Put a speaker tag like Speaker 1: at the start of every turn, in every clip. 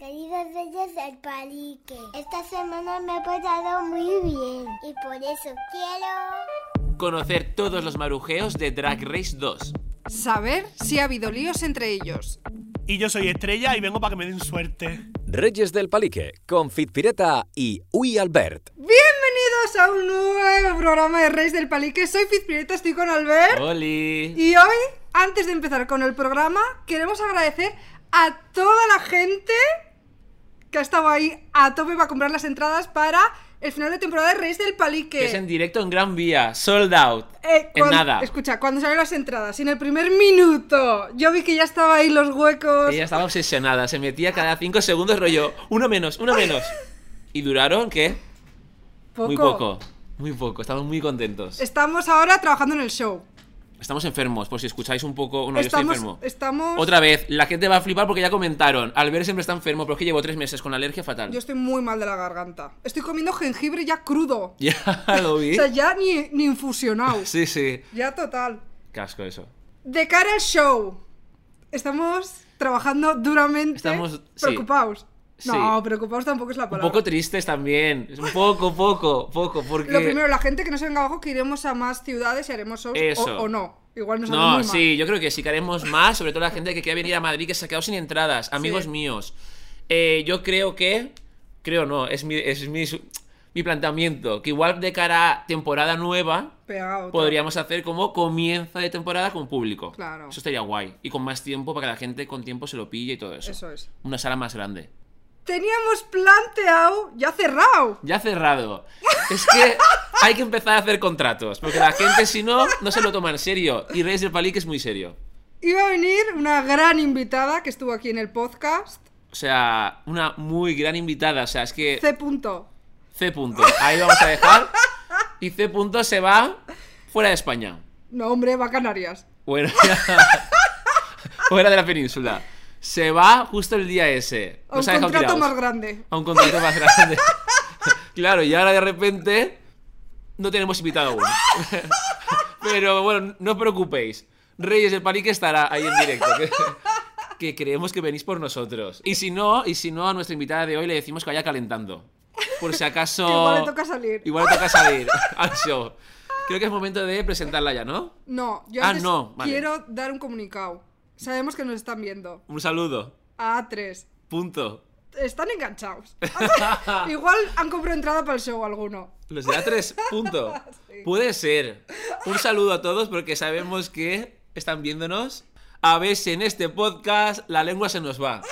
Speaker 1: las Reyes del Palique. Esta semana me he pasado muy bien y por eso quiero...
Speaker 2: Conocer todos los marujeos de Drag Race 2.
Speaker 3: Saber si ha habido líos entre ellos.
Speaker 4: Y yo soy Estrella y vengo para que me den suerte.
Speaker 5: Reyes del Palique, Confit Pireta y Uy Albert.
Speaker 3: Bienvenidos a un nuevo programa de Reyes del Palique. Soy Fit Pireta, estoy con Albert.
Speaker 2: ¡Holi!
Speaker 3: Y hoy, antes de empezar con el programa, queremos agradecer a toda la gente que ha estado ahí a tope para comprar las entradas para el final de temporada de Reyes del Palique.
Speaker 2: Que es en directo en Gran Vía, sold out.
Speaker 3: Eh,
Speaker 2: en
Speaker 3: cuan-
Speaker 2: nada.
Speaker 3: Escucha, cuando salieron las entradas, y en el primer minuto, yo vi que ya estaba ahí los huecos.
Speaker 2: Ella estaba obsesionada, se metía cada 5 segundos rollo, uno menos, uno menos. Y duraron, ¿qué? Muy poco. Muy poco, estamos muy contentos.
Speaker 3: Estamos ahora trabajando en el show.
Speaker 2: Estamos enfermos, por si escucháis un poco... No, yo
Speaker 3: estamos,
Speaker 2: estoy enfermo.
Speaker 3: estamos.
Speaker 2: Otra vez, la gente va a flipar porque ya comentaron. Albert siempre está enfermo, pero es que llevo tres meses con la alergia fatal.
Speaker 3: Yo estoy muy mal de la garganta. Estoy comiendo jengibre ya crudo.
Speaker 2: Ya lo
Speaker 3: O
Speaker 2: vi.
Speaker 3: sea, ya ni, ni infusionado.
Speaker 2: Sí, sí.
Speaker 3: Ya total.
Speaker 2: Casco eso.
Speaker 3: De cara al show, estamos trabajando duramente.
Speaker 2: Estamos- sí.
Speaker 3: preocupados.
Speaker 2: Sí.
Speaker 3: No, preocupados tampoco es la
Speaker 2: Un
Speaker 3: palabra.
Speaker 2: poco tristes también. Es Un poco, poco, poco, porque...
Speaker 3: Lo primero, la gente que nos venga abajo, que iremos a más ciudades y haremos shows. o-
Speaker 2: Eso.
Speaker 3: O, no. Igual nos sale
Speaker 2: No,
Speaker 3: muy mal.
Speaker 2: sí, yo creo que sí que haremos más, sobre todo la gente que quiera venir a Madrid, que se ha quedado sin entradas, amigos
Speaker 3: Sí.
Speaker 2: míos. Eh, yo creo que, creo no, es mi, es mi, su- mi planteamiento, que igual de cara a temporada nueva,
Speaker 3: Pegado.
Speaker 2: podríamos hacer como comienzo de temporada con público.
Speaker 3: Claro.
Speaker 2: Eso estaría guay. Y con más tiempo para que la gente con tiempo se lo pille y todo eso.
Speaker 3: Eso es.
Speaker 2: Una sala más grande.
Speaker 3: Teníamos planteado, ya cerrado.
Speaker 2: Ya cerrado. Es que hay que empezar a hacer contratos, porque la gente si no, no se lo toma en serio. Y Reyes del Palique es muy serio.
Speaker 3: Iba a venir una gran invitada que estuvo aquí en el podcast.
Speaker 2: O sea, una muy gran invitada. O sea, es que
Speaker 3: C. Punto.
Speaker 2: C. Punto. Ahí vamos a dejar. Y C. Punto se va fuera de España.
Speaker 3: No, hombre, va a Canarias.
Speaker 2: Bueno, fuera de la península. Se va justo el día ese.
Speaker 3: A un
Speaker 2: Nos ha dejado
Speaker 3: contrato
Speaker 2: tirados.
Speaker 3: más grande.
Speaker 2: A un contrato más grande. claro, y ahora de repente no tenemos invitado aún. Pero bueno, no os preocupéis. Reyes del Palique estará ahí en directo. Que, que creemos que venís por nosotros. Y si no, y si no, a nuestra invitada de hoy le decimos que vaya calentando. Por si acaso.
Speaker 3: Igual le toca salir.
Speaker 2: Igual le toca salir al show. Creo que es momento de presentarla ya, ¿no?
Speaker 3: No, yo
Speaker 2: Ah,
Speaker 3: antes
Speaker 2: no, vale.
Speaker 3: quiero dar un comunicado. Sabemos que nos están viendo.
Speaker 2: Un saludo.
Speaker 3: A A3.
Speaker 2: Punto.
Speaker 3: Están enganchados. Igual han comprado entrada para el show alguno.
Speaker 2: Los de A3, punto.
Speaker 3: Sí.
Speaker 2: Puede ser. Un saludo a todos porque sabemos que están viéndonos. A veces en este podcast la lengua se nos va.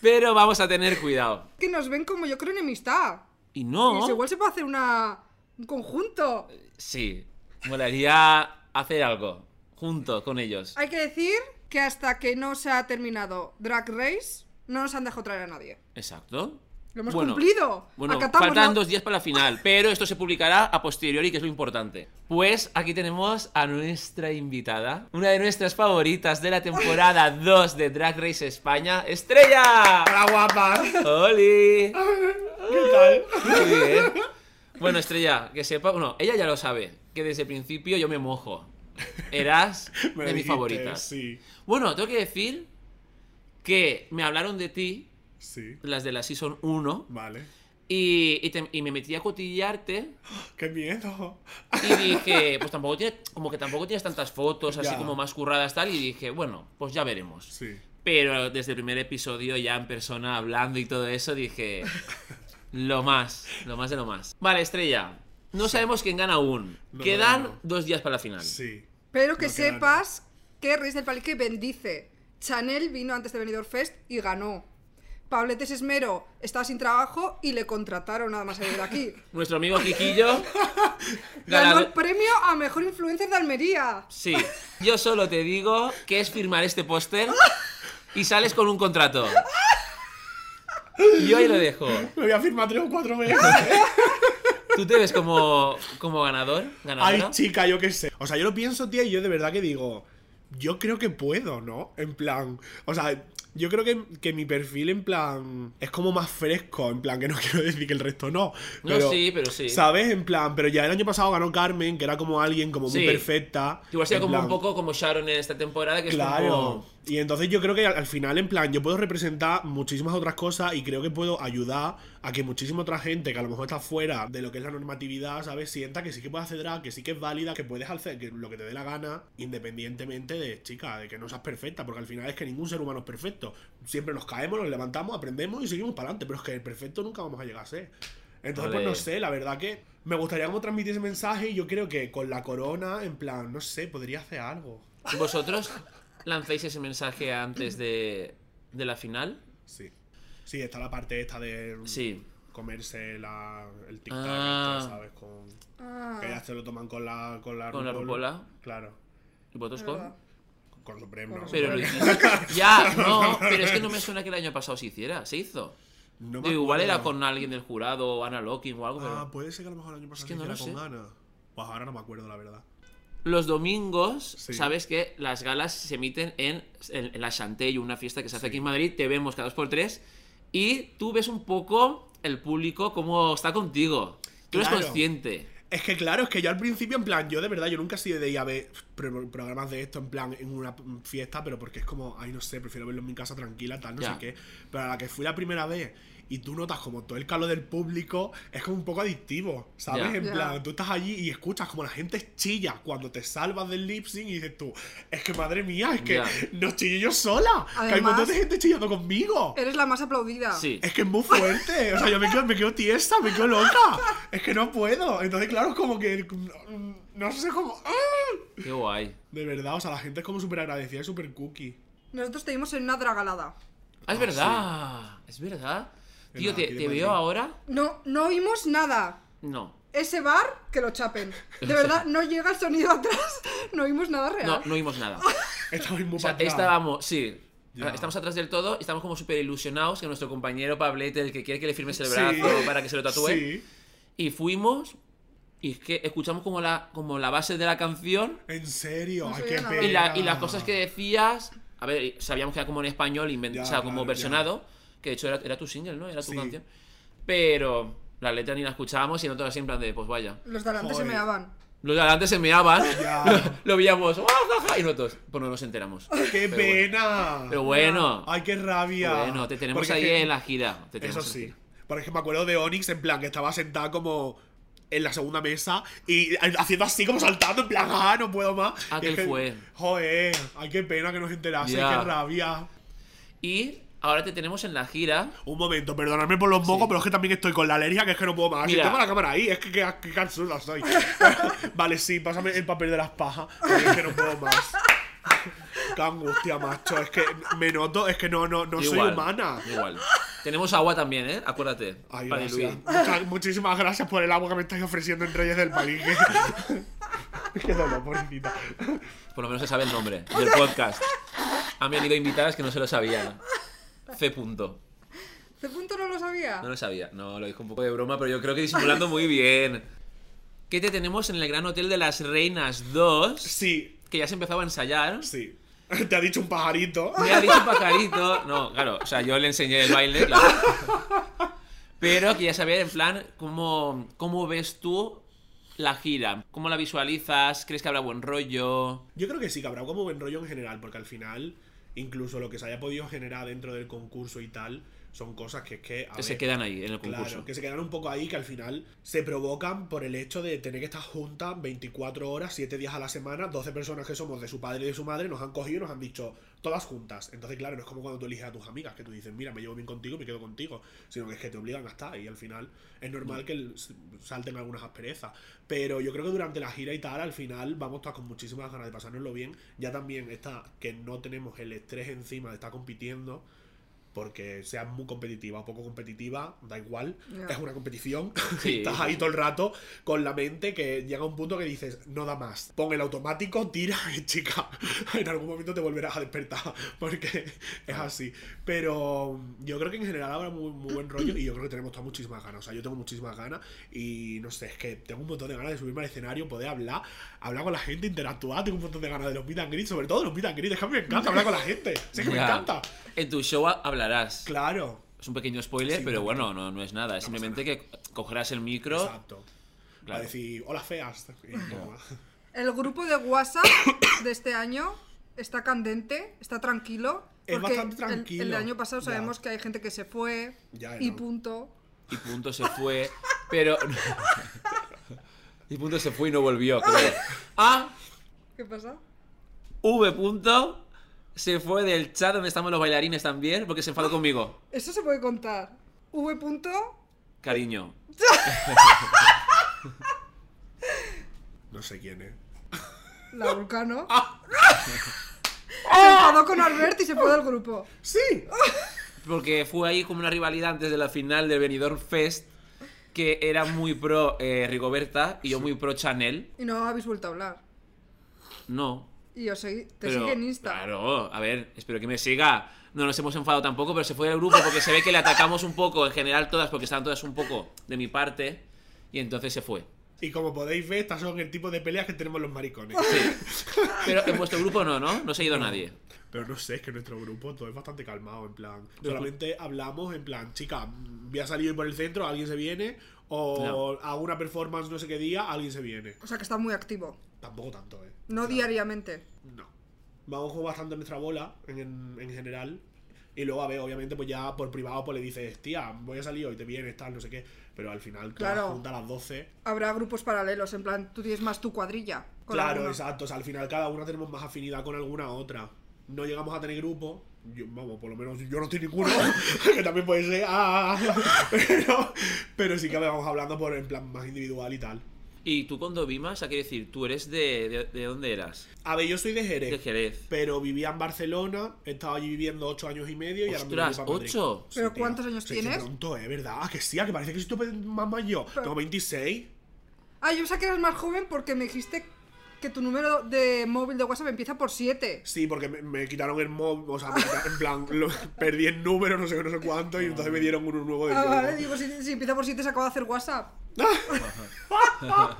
Speaker 2: Pero vamos a tener cuidado.
Speaker 3: Que nos ven como yo creo enemistad.
Speaker 2: Y
Speaker 3: Y
Speaker 2: no.
Speaker 3: eso, igual se puede hacer una, un conjunto.
Speaker 2: Sí. Molaría hacer algo. Junto con ellos.
Speaker 3: Hay que decir que hasta que no se ha terminado Drag Race, no nos han dejado traer a nadie.
Speaker 2: Exacto.
Speaker 3: Lo hemos cumplido.
Speaker 2: Bueno,
Speaker 3: Acatamos,
Speaker 2: faltan
Speaker 3: ¿no?
Speaker 2: dos días para la final, pero esto se publicará a posteriori, que es lo importante. Pues aquí tenemos a nuestra invitada, una de nuestras favoritas de la temporada 2 de Drag Race España, Estrella.
Speaker 4: Hola, guapa.
Speaker 2: ¡Holi!
Speaker 4: ¿Qué tal?
Speaker 2: Muy bien. Bueno, Estrella, que sepa, bueno, ella ya lo sabe, que desde el principio yo me mojo. Eras
Speaker 4: Me
Speaker 2: de mis
Speaker 4: dijiste,
Speaker 2: favoritas.
Speaker 4: Sí,
Speaker 2: Bueno, tengo que decir que me hablaron de ti,
Speaker 4: sí.
Speaker 2: las de la Season 1,
Speaker 4: Vale.
Speaker 2: y, y te- y me metí a cotillarte
Speaker 4: Qué miedo.
Speaker 2: y dije, pues tampoco tienes, como que tampoco tienes tantas fotos así
Speaker 4: Ya.
Speaker 2: como más curradas tal, y dije, bueno, pues ya veremos.
Speaker 4: Sí.
Speaker 2: Pero desde el primer episodio ya en persona hablando y todo eso dije, lo más, lo más de lo más. Vale, Estrella, no sabemos quién gana aún.
Speaker 4: No,
Speaker 2: Quedan
Speaker 4: no, no.
Speaker 2: dos días para la final.
Speaker 4: Sí.
Speaker 3: Pero que
Speaker 4: No queda
Speaker 3: sepas que Reyes del Palique bendice. Chanel vino antes de Benidorm Fest y ganó. Pabletes Esmero estaba sin trabajo y le contrataron nada más salir de aquí.
Speaker 2: Nuestro amigo Quiquillo
Speaker 3: Ganó el
Speaker 2: ganador-
Speaker 3: premio a Mejor Influencer de Almería.
Speaker 2: Sí, yo solo te digo que es firmar este póster y sales con un contrato. Y hoy lo dejo.
Speaker 4: Lo voy a firmar tres o cuatro veces.
Speaker 2: ¿Tú te ves como, como ganador?
Speaker 4: Ay,
Speaker 2: ¿Ganadora?
Speaker 4: chica, yo qué sé. O sea, yo lo pienso, tía, y yo de verdad que digo, yo creo que puedo, ¿no? En plan, o sea, Yo creo que, que mi perfil, en plan, es como más fresco. En plan, que no quiero decir que el resto no.
Speaker 2: No, sí, pero sí.
Speaker 4: ¿Sabes? En plan, pero ya el año pasado ganó Carmen, que era como alguien como
Speaker 2: Sí.
Speaker 4: muy perfecta.
Speaker 2: Igual sea
Speaker 4: en
Speaker 2: como un
Speaker 4: plan,
Speaker 2: poco como Sharon en esta temporada, que es
Speaker 4: Claro.
Speaker 2: como...
Speaker 4: Y entonces yo creo que al, al final, en plan, yo puedo representar muchísimas otras cosas y creo que puedo ayudar a que muchísima otra gente que a lo mejor está fuera de lo que es la normatividad, ¿sabes? Sienta que sí que puede acceder a, que sí que es válida, que puedes hacer que lo que te dé la gana, independientemente de, chica, de que no seas perfecta, porque al final es que ningún ser humano es perfecto. Siempre nos caemos, nos levantamos, aprendemos y seguimos para adelante, pero es que el perfecto nunca vamos a llegar a ser. Entonces, pues
Speaker 2: Ole.
Speaker 4: no sé, la verdad que me gustaría como transmitir ese mensaje y yo creo que con la corona, en plan, no sé, podría hacer algo.
Speaker 2: ¿Vosotros lancéis ese mensaje antes de, de la final?
Speaker 4: Sí. Sí, está la parte esta de
Speaker 2: Sí.
Speaker 4: comerse la, el tic-tac,
Speaker 2: Ah.
Speaker 4: este, ¿sabes? Con, Que ya se lo toman con la con la,
Speaker 2: Con la
Speaker 4: rucola.
Speaker 2: rucola.
Speaker 4: Claro.
Speaker 2: ¿Y vosotros
Speaker 3: verdad.
Speaker 2: con?
Speaker 4: Con Supreme, ¿no?
Speaker 2: Pero lo
Speaker 4: Supreme.
Speaker 2: hiciste. Ya, no, pero es que no me suena que el año pasado se hiciera, se hizo.
Speaker 4: No me
Speaker 2: Digo, igual
Speaker 4: acuerdo.
Speaker 2: era con alguien del jurado, Ana Locking o algo, pero.
Speaker 4: Ah, puede ser que a lo mejor el año pasado
Speaker 2: que
Speaker 4: se
Speaker 2: no lo
Speaker 4: hiciera con Ana. Pues ahora no me acuerdo, la verdad.
Speaker 2: Los domingos,
Speaker 4: Sí.
Speaker 2: sabes que las galas se emiten en, en- en la Chantelle, una fiesta que se hace aquí en Madrid, te vemos cada dos por tres y tú ves un poco el público cómo está contigo. Tú eres
Speaker 4: Claro.
Speaker 2: consciente.
Speaker 4: Es que claro, es que yo al principio, en plan, yo de verdad, yo nunca he sido de ir a ver pro- programas de esto, en plan, en una mm, fiesta, pero porque es como, ay, no sé, prefiero verlo en mi casa tranquila, tal, no
Speaker 2: Ya.
Speaker 4: sé qué. Pero a la que fui la primera vez y tú notas como todo el calor del público, es como un poco adictivo, ¿sabes?
Speaker 2: Ya.
Speaker 4: En
Speaker 3: Ya.
Speaker 4: plan, tú estás allí y escuchas como la gente chilla cuando te salvas del lip sync y dices tú, es que madre mía, es que
Speaker 2: Ya.
Speaker 4: no chillo yo sola, que hay un
Speaker 3: Además-
Speaker 4: montón de gente chillando conmigo.
Speaker 3: Eres la más aplaudida.
Speaker 2: Sí.
Speaker 4: Es que es muy fuerte. O sea, yo me quedo, me quedo tiesa, me quedo loca. Es que no puedo. Entonces, claro, es como que. No, no sé cómo. ¡ah!
Speaker 2: Qué guay.
Speaker 4: De verdad, o sea, la gente es como súper agradecida y súper cookie.
Speaker 3: Nosotros te vimos en una dragalada.
Speaker 2: Ah, es verdad. Es verdad.
Speaker 4: Es
Speaker 2: Tío,
Speaker 4: verdad,
Speaker 2: te,
Speaker 4: aquí de
Speaker 2: te
Speaker 4: Madrid.
Speaker 2: veo ahora.
Speaker 3: No, no oímos nada.
Speaker 2: No.
Speaker 3: Ese bar, que lo chapen. De verdad, no llega el sonido atrás. No oímos nada
Speaker 2: No,
Speaker 3: real.
Speaker 2: no oímos nada.
Speaker 4: Estaba muy
Speaker 2: O sea,
Speaker 4: pa' atrás.
Speaker 2: estábamos, sí. Ah,
Speaker 4: Ya.
Speaker 2: Estamos atrás del todo y estamos como súper ilusionados que nuestro compañero Pablete, el que quiere que le firmes el
Speaker 4: Sí.
Speaker 2: brazo para que se lo tatúe.
Speaker 4: Sí.
Speaker 2: Y fuimos y es que escuchamos como la, como la base de la canción
Speaker 4: En serio.
Speaker 3: No
Speaker 4: Ay,
Speaker 3: se
Speaker 4: qué
Speaker 3: oía nada.
Speaker 4: pena.
Speaker 2: y, la- y las cosas que decías. A ver, sabíamos que era como en español, invent-
Speaker 4: Ya,
Speaker 2: o sea, como
Speaker 4: claro,
Speaker 2: versionado, que de hecho era, era tu single, ¿no? Era tu
Speaker 4: Sí.
Speaker 2: canción. Pero la letra ni la escuchábamos y nosotros así en plan de, pues vaya.
Speaker 3: Los de adelante se
Speaker 4: Joder.
Speaker 3: meaban.
Speaker 2: Los de adelante se meaban,
Speaker 4: Ya.
Speaker 2: lo veíamos, ¡guau, ja, ja! y nosotros, pues no nos enteramos.
Speaker 4: ¡Qué
Speaker 2: Pero bueno.
Speaker 4: pena!
Speaker 2: Pero bueno,
Speaker 4: Ay, qué rabia.
Speaker 2: bueno, te tenemos
Speaker 4: Porque es
Speaker 2: ahí
Speaker 4: que-
Speaker 2: en la gira. te
Speaker 4: Eso
Speaker 2: tenemos en la
Speaker 4: sí.
Speaker 2: gira.
Speaker 4: Por ejemplo, me acuerdo de Onyx en plan que estaba sentada como en la segunda mesa y haciendo así como saltando en plan, ah, no puedo más.
Speaker 2: Ah,
Speaker 4: Y
Speaker 2: que
Speaker 4: es
Speaker 2: él fue.
Speaker 4: Joder, ay, qué pena que nos enterase,
Speaker 2: Ya.
Speaker 4: qué rabia.
Speaker 2: Y ahora te tenemos en la gira.
Speaker 4: Un momento, perdonadme por los mocos, pero es que también estoy con la alergia, que es que no puedo más. Si
Speaker 2: Mira.
Speaker 4: tengo la cámara ahí, es que qué qué cansuda soy. vale, sí, pásame el papel de las pajas, porque es que no puedo más. Qué angustia, macho. Es que me noto, es que no, no, no
Speaker 2: Yo
Speaker 4: soy
Speaker 2: igual,
Speaker 4: humana.
Speaker 2: yo Igual. Tenemos agua también, ¿eh? Acuérdate.
Speaker 4: Ay,
Speaker 2: para
Speaker 4: gracias.
Speaker 2: diluir.
Speaker 4: Mucha- muchísimas gracias por el agua que me estáis ofreciendo en Reyes del Palique. Qué dolor, pobrecita.
Speaker 2: Por lo menos se sabe el nombre del podcast. Han venido invitadas que no se lo sabían. C. Punto.
Speaker 3: ¿Este punto no lo sabía?
Speaker 2: No lo sabía. No, lo dijo un poco de broma, pero yo creo que disimulando muy bien. Que te tenemos en el Gran Hotel de las Reinas 2,
Speaker 4: Sí,
Speaker 2: que ya se empezaba a ensayar.
Speaker 4: sí. Te ha dicho un pajarito.
Speaker 2: Me ha dicho pajarito. No, claro, o sea, yo le enseñé el baile, claro. Pero quería saber, en plan, cómo, cómo ves tú la gira. ¿Cómo la visualizas? ¿Crees que habrá buen rollo?
Speaker 4: Yo creo que sí, que habrá como buen rollo en general, porque al final, incluso lo que se haya podido generar dentro del concurso y tal, son cosas que es que. a
Speaker 2: Que se
Speaker 4: ver,
Speaker 2: quedan ahí en el concurso.
Speaker 4: Claro, que se quedan un poco ahí, que al final se provocan por el hecho de tener que estar juntas 24 horas, 7 días a la semana, 12 personas que somos de su padre y de su madre, nos han cogido y nos han dicho todas juntas. Entonces, claro, no es como cuando tú eliges a tus amigas, que tú dices, mira, me llevo bien contigo, me quedo contigo, sino que es que te obligan a estar y al final es normal
Speaker 2: Mm.
Speaker 4: que el- salten algunas asperezas. Pero yo creo que durante la gira y tal, al final vamos todas con muchísimas ganas de pasárnoslo bien. Ya también está que no tenemos el estrés encima de estar compitiendo porque seas muy competitiva o poco competitiva, da igual,
Speaker 3: Ya.
Speaker 4: es una competición,
Speaker 2: Sí,
Speaker 4: estás
Speaker 2: sí,
Speaker 4: ahí todo el rato con la mente que llega un punto que dices, no da más, pon el automático, tira y chica, en algún momento te volverás a despertar, porque es así. Pero mm, yo creo que en general habrá muy, muy buen rollo y yo creo que tenemos todas muchísimas ganas, o sea, yo tengo muchísimas ganas y no sé, es que tengo un montón de ganas de subirme al escenario, poder hablar, hablar con la gente, interactuar, tengo un montón de ganas de los meet and greet, sobre todo de los meet and greet, es que a mí me encanta hablar con la gente, sí que me
Speaker 2: Ya.
Speaker 4: encanta.
Speaker 2: En tu show ha- hablarás.
Speaker 4: Claro.
Speaker 2: Es un pequeño spoiler,
Speaker 4: Sí,
Speaker 2: pero
Speaker 4: un
Speaker 2: bueno, no, no es nada. es simplemente que cogerás el micro.
Speaker 4: Exacto.
Speaker 2: Claro.
Speaker 4: A decir, hola feas. Y como-
Speaker 3: El grupo de WhatsApp de este año está candente, está tranquilo.
Speaker 4: Es
Speaker 3: porque
Speaker 4: bastante
Speaker 3: el-
Speaker 4: tranquilo,
Speaker 3: El, año pasado
Speaker 4: ya.
Speaker 3: sabemos que hay gente que se fue
Speaker 4: Ya,
Speaker 3: y
Speaker 4: ¿no?
Speaker 3: punto.
Speaker 2: Y punto se fue. Pero. y punto se fue y no volvió. creo. Ah, A.
Speaker 3: ¿Qué pasa?
Speaker 2: V. Punto, se fue del chat donde estamos los bailarines también porque se enfadó conmigo.
Speaker 3: Eso se puede contar. V. Punto.
Speaker 2: Cariño.
Speaker 4: No sé quién es.
Speaker 3: La Vulcano.
Speaker 4: Ah.
Speaker 3: Se enfadó con Albert y se fue del grupo.
Speaker 4: ¡Sí!
Speaker 2: Porque fue ahí como una rivalidad antes de la final del Benidorm Fest. Que era muy pro eh, Rigoberta y yo muy pro Chanel.
Speaker 3: Y no habéis vuelto a hablar.
Speaker 2: No.
Speaker 3: Y os segui- te
Speaker 2: pero-
Speaker 3: sigue en Insta.
Speaker 2: Claro, a ver, espero que me siga. No nos hemos enfadado tampoco, pero se fue del grupo porque se ve que le atacamos un poco, en general todas, porque estaban todas un poco de mi parte. Y entonces se fue.
Speaker 4: Y como podéis ver, estas son el tipo de peleas que tenemos los maricones.
Speaker 2: Pero en vuestro grupo no, ¿no? No se ha ido nadie.
Speaker 4: Pero no sé, es que nuestro grupo todo es bastante calmado, en plan. Solamente hablamos en plan, chica, mm, voy a salir hoy por el centro, alguien se viene, o hago una performance no sé qué día, alguien se viene.
Speaker 3: O sea que está muy activo.
Speaker 4: Tampoco tanto, ¿eh?
Speaker 3: No diariamente.
Speaker 4: No. Vamos como bastante nuestra bola en, en- en general. Y luego, a ver, obviamente, pues ya por privado pues le dices, tía, voy a salir hoy, te vienes, tal, no sé qué. Pero al final,
Speaker 3: Claro.
Speaker 4: claro. junta a las 12.
Speaker 3: Habrá grupos paralelos, en plan, tú tienes más tu cuadrilla. con
Speaker 4: claro,
Speaker 3: alguno.
Speaker 4: exacto. O sea, al final cada una tenemos más afinidad con alguna otra. No llegamos a tener grupo. Yo- vamos, por lo menos yo no estoy ninguno. que también puede ser. ah, ah, ah. pero, pero sí que vamos hablando por en plan más individual y tal.
Speaker 2: Y tú cuando Vimas, o sea, quiero decir, tú eres de, de, de dónde eras?
Speaker 4: A ver, yo soy de Jerez.
Speaker 2: De Jerez.
Speaker 4: Pero vivía en Barcelona, he estado allí viviendo ocho años y medio y ahora me
Speaker 2: Ostras,
Speaker 4: voy para Madrid.
Speaker 2: ¿ocho?
Speaker 3: ¿Pero
Speaker 4: tía.
Speaker 3: cuántos años
Speaker 4: Sí,
Speaker 3: tienes?
Speaker 4: Sí, pronto, ¿eh? ¿Verdad? Ah, Que sí, ah, que parece que soy tope más mayor. Tengo 26.
Speaker 3: Ah, yo pensaba que eras más joven porque me dijiste que tu número de móvil de WhatsApp empieza por 7.
Speaker 4: Sí, porque me, me quitaron el móvil, o sea, me quitaron- en plan, lo- perdí el número, no sé qué, no sé cuánto, y entonces me dieron uno nuevo de
Speaker 3: Ah,
Speaker 4: nuevo.
Speaker 3: vale, digo, si, si empieza por 7 se acaba de hacer WhatsApp.
Speaker 2: Ostras,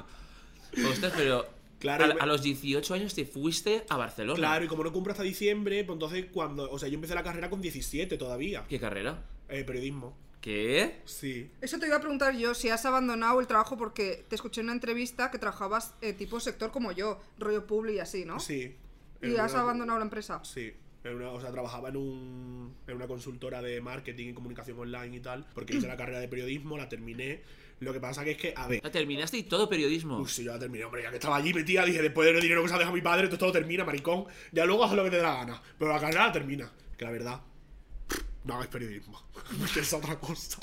Speaker 2: Pues, pero
Speaker 4: Claro,
Speaker 2: a,
Speaker 4: yo me-
Speaker 2: a los 18 años te fuiste a Barcelona.
Speaker 4: Claro, y como no cumplo hasta diciembre, pues entonces cuando, o sea, yo empecé la carrera con 17 todavía.
Speaker 2: ¿Qué carrera?
Speaker 4: Eh, periodismo.
Speaker 2: ¿Qué?
Speaker 4: Sí.
Speaker 3: Eso te iba a preguntar yo, si has abandonado el trabajo porque te escuché en una entrevista que trabajabas eh, tipo sector como yo, rollo publi y así, ¿no?
Speaker 4: Sí.
Speaker 3: Y
Speaker 4: En
Speaker 3: has
Speaker 4: una-
Speaker 3: abandonado la empresa.
Speaker 4: Sí. En una- o sea, trabajaba en, un, en una consultora de marketing y comunicación online y tal, porque hice la carrera de periodismo, la terminé. Lo que pasa que es que, a ver,
Speaker 2: La terminaste y todo periodismo.
Speaker 4: Uy, sí, yo ya terminé, hombre, ya que estaba allí metida, dije, después del dinero que se ha dejado mi padre, todo, todo termina, maricón. Ya luego haz lo que te dé la gana. Pero la carrera termina. Que la verdad, no hagáis periodismo. que es otra cosa.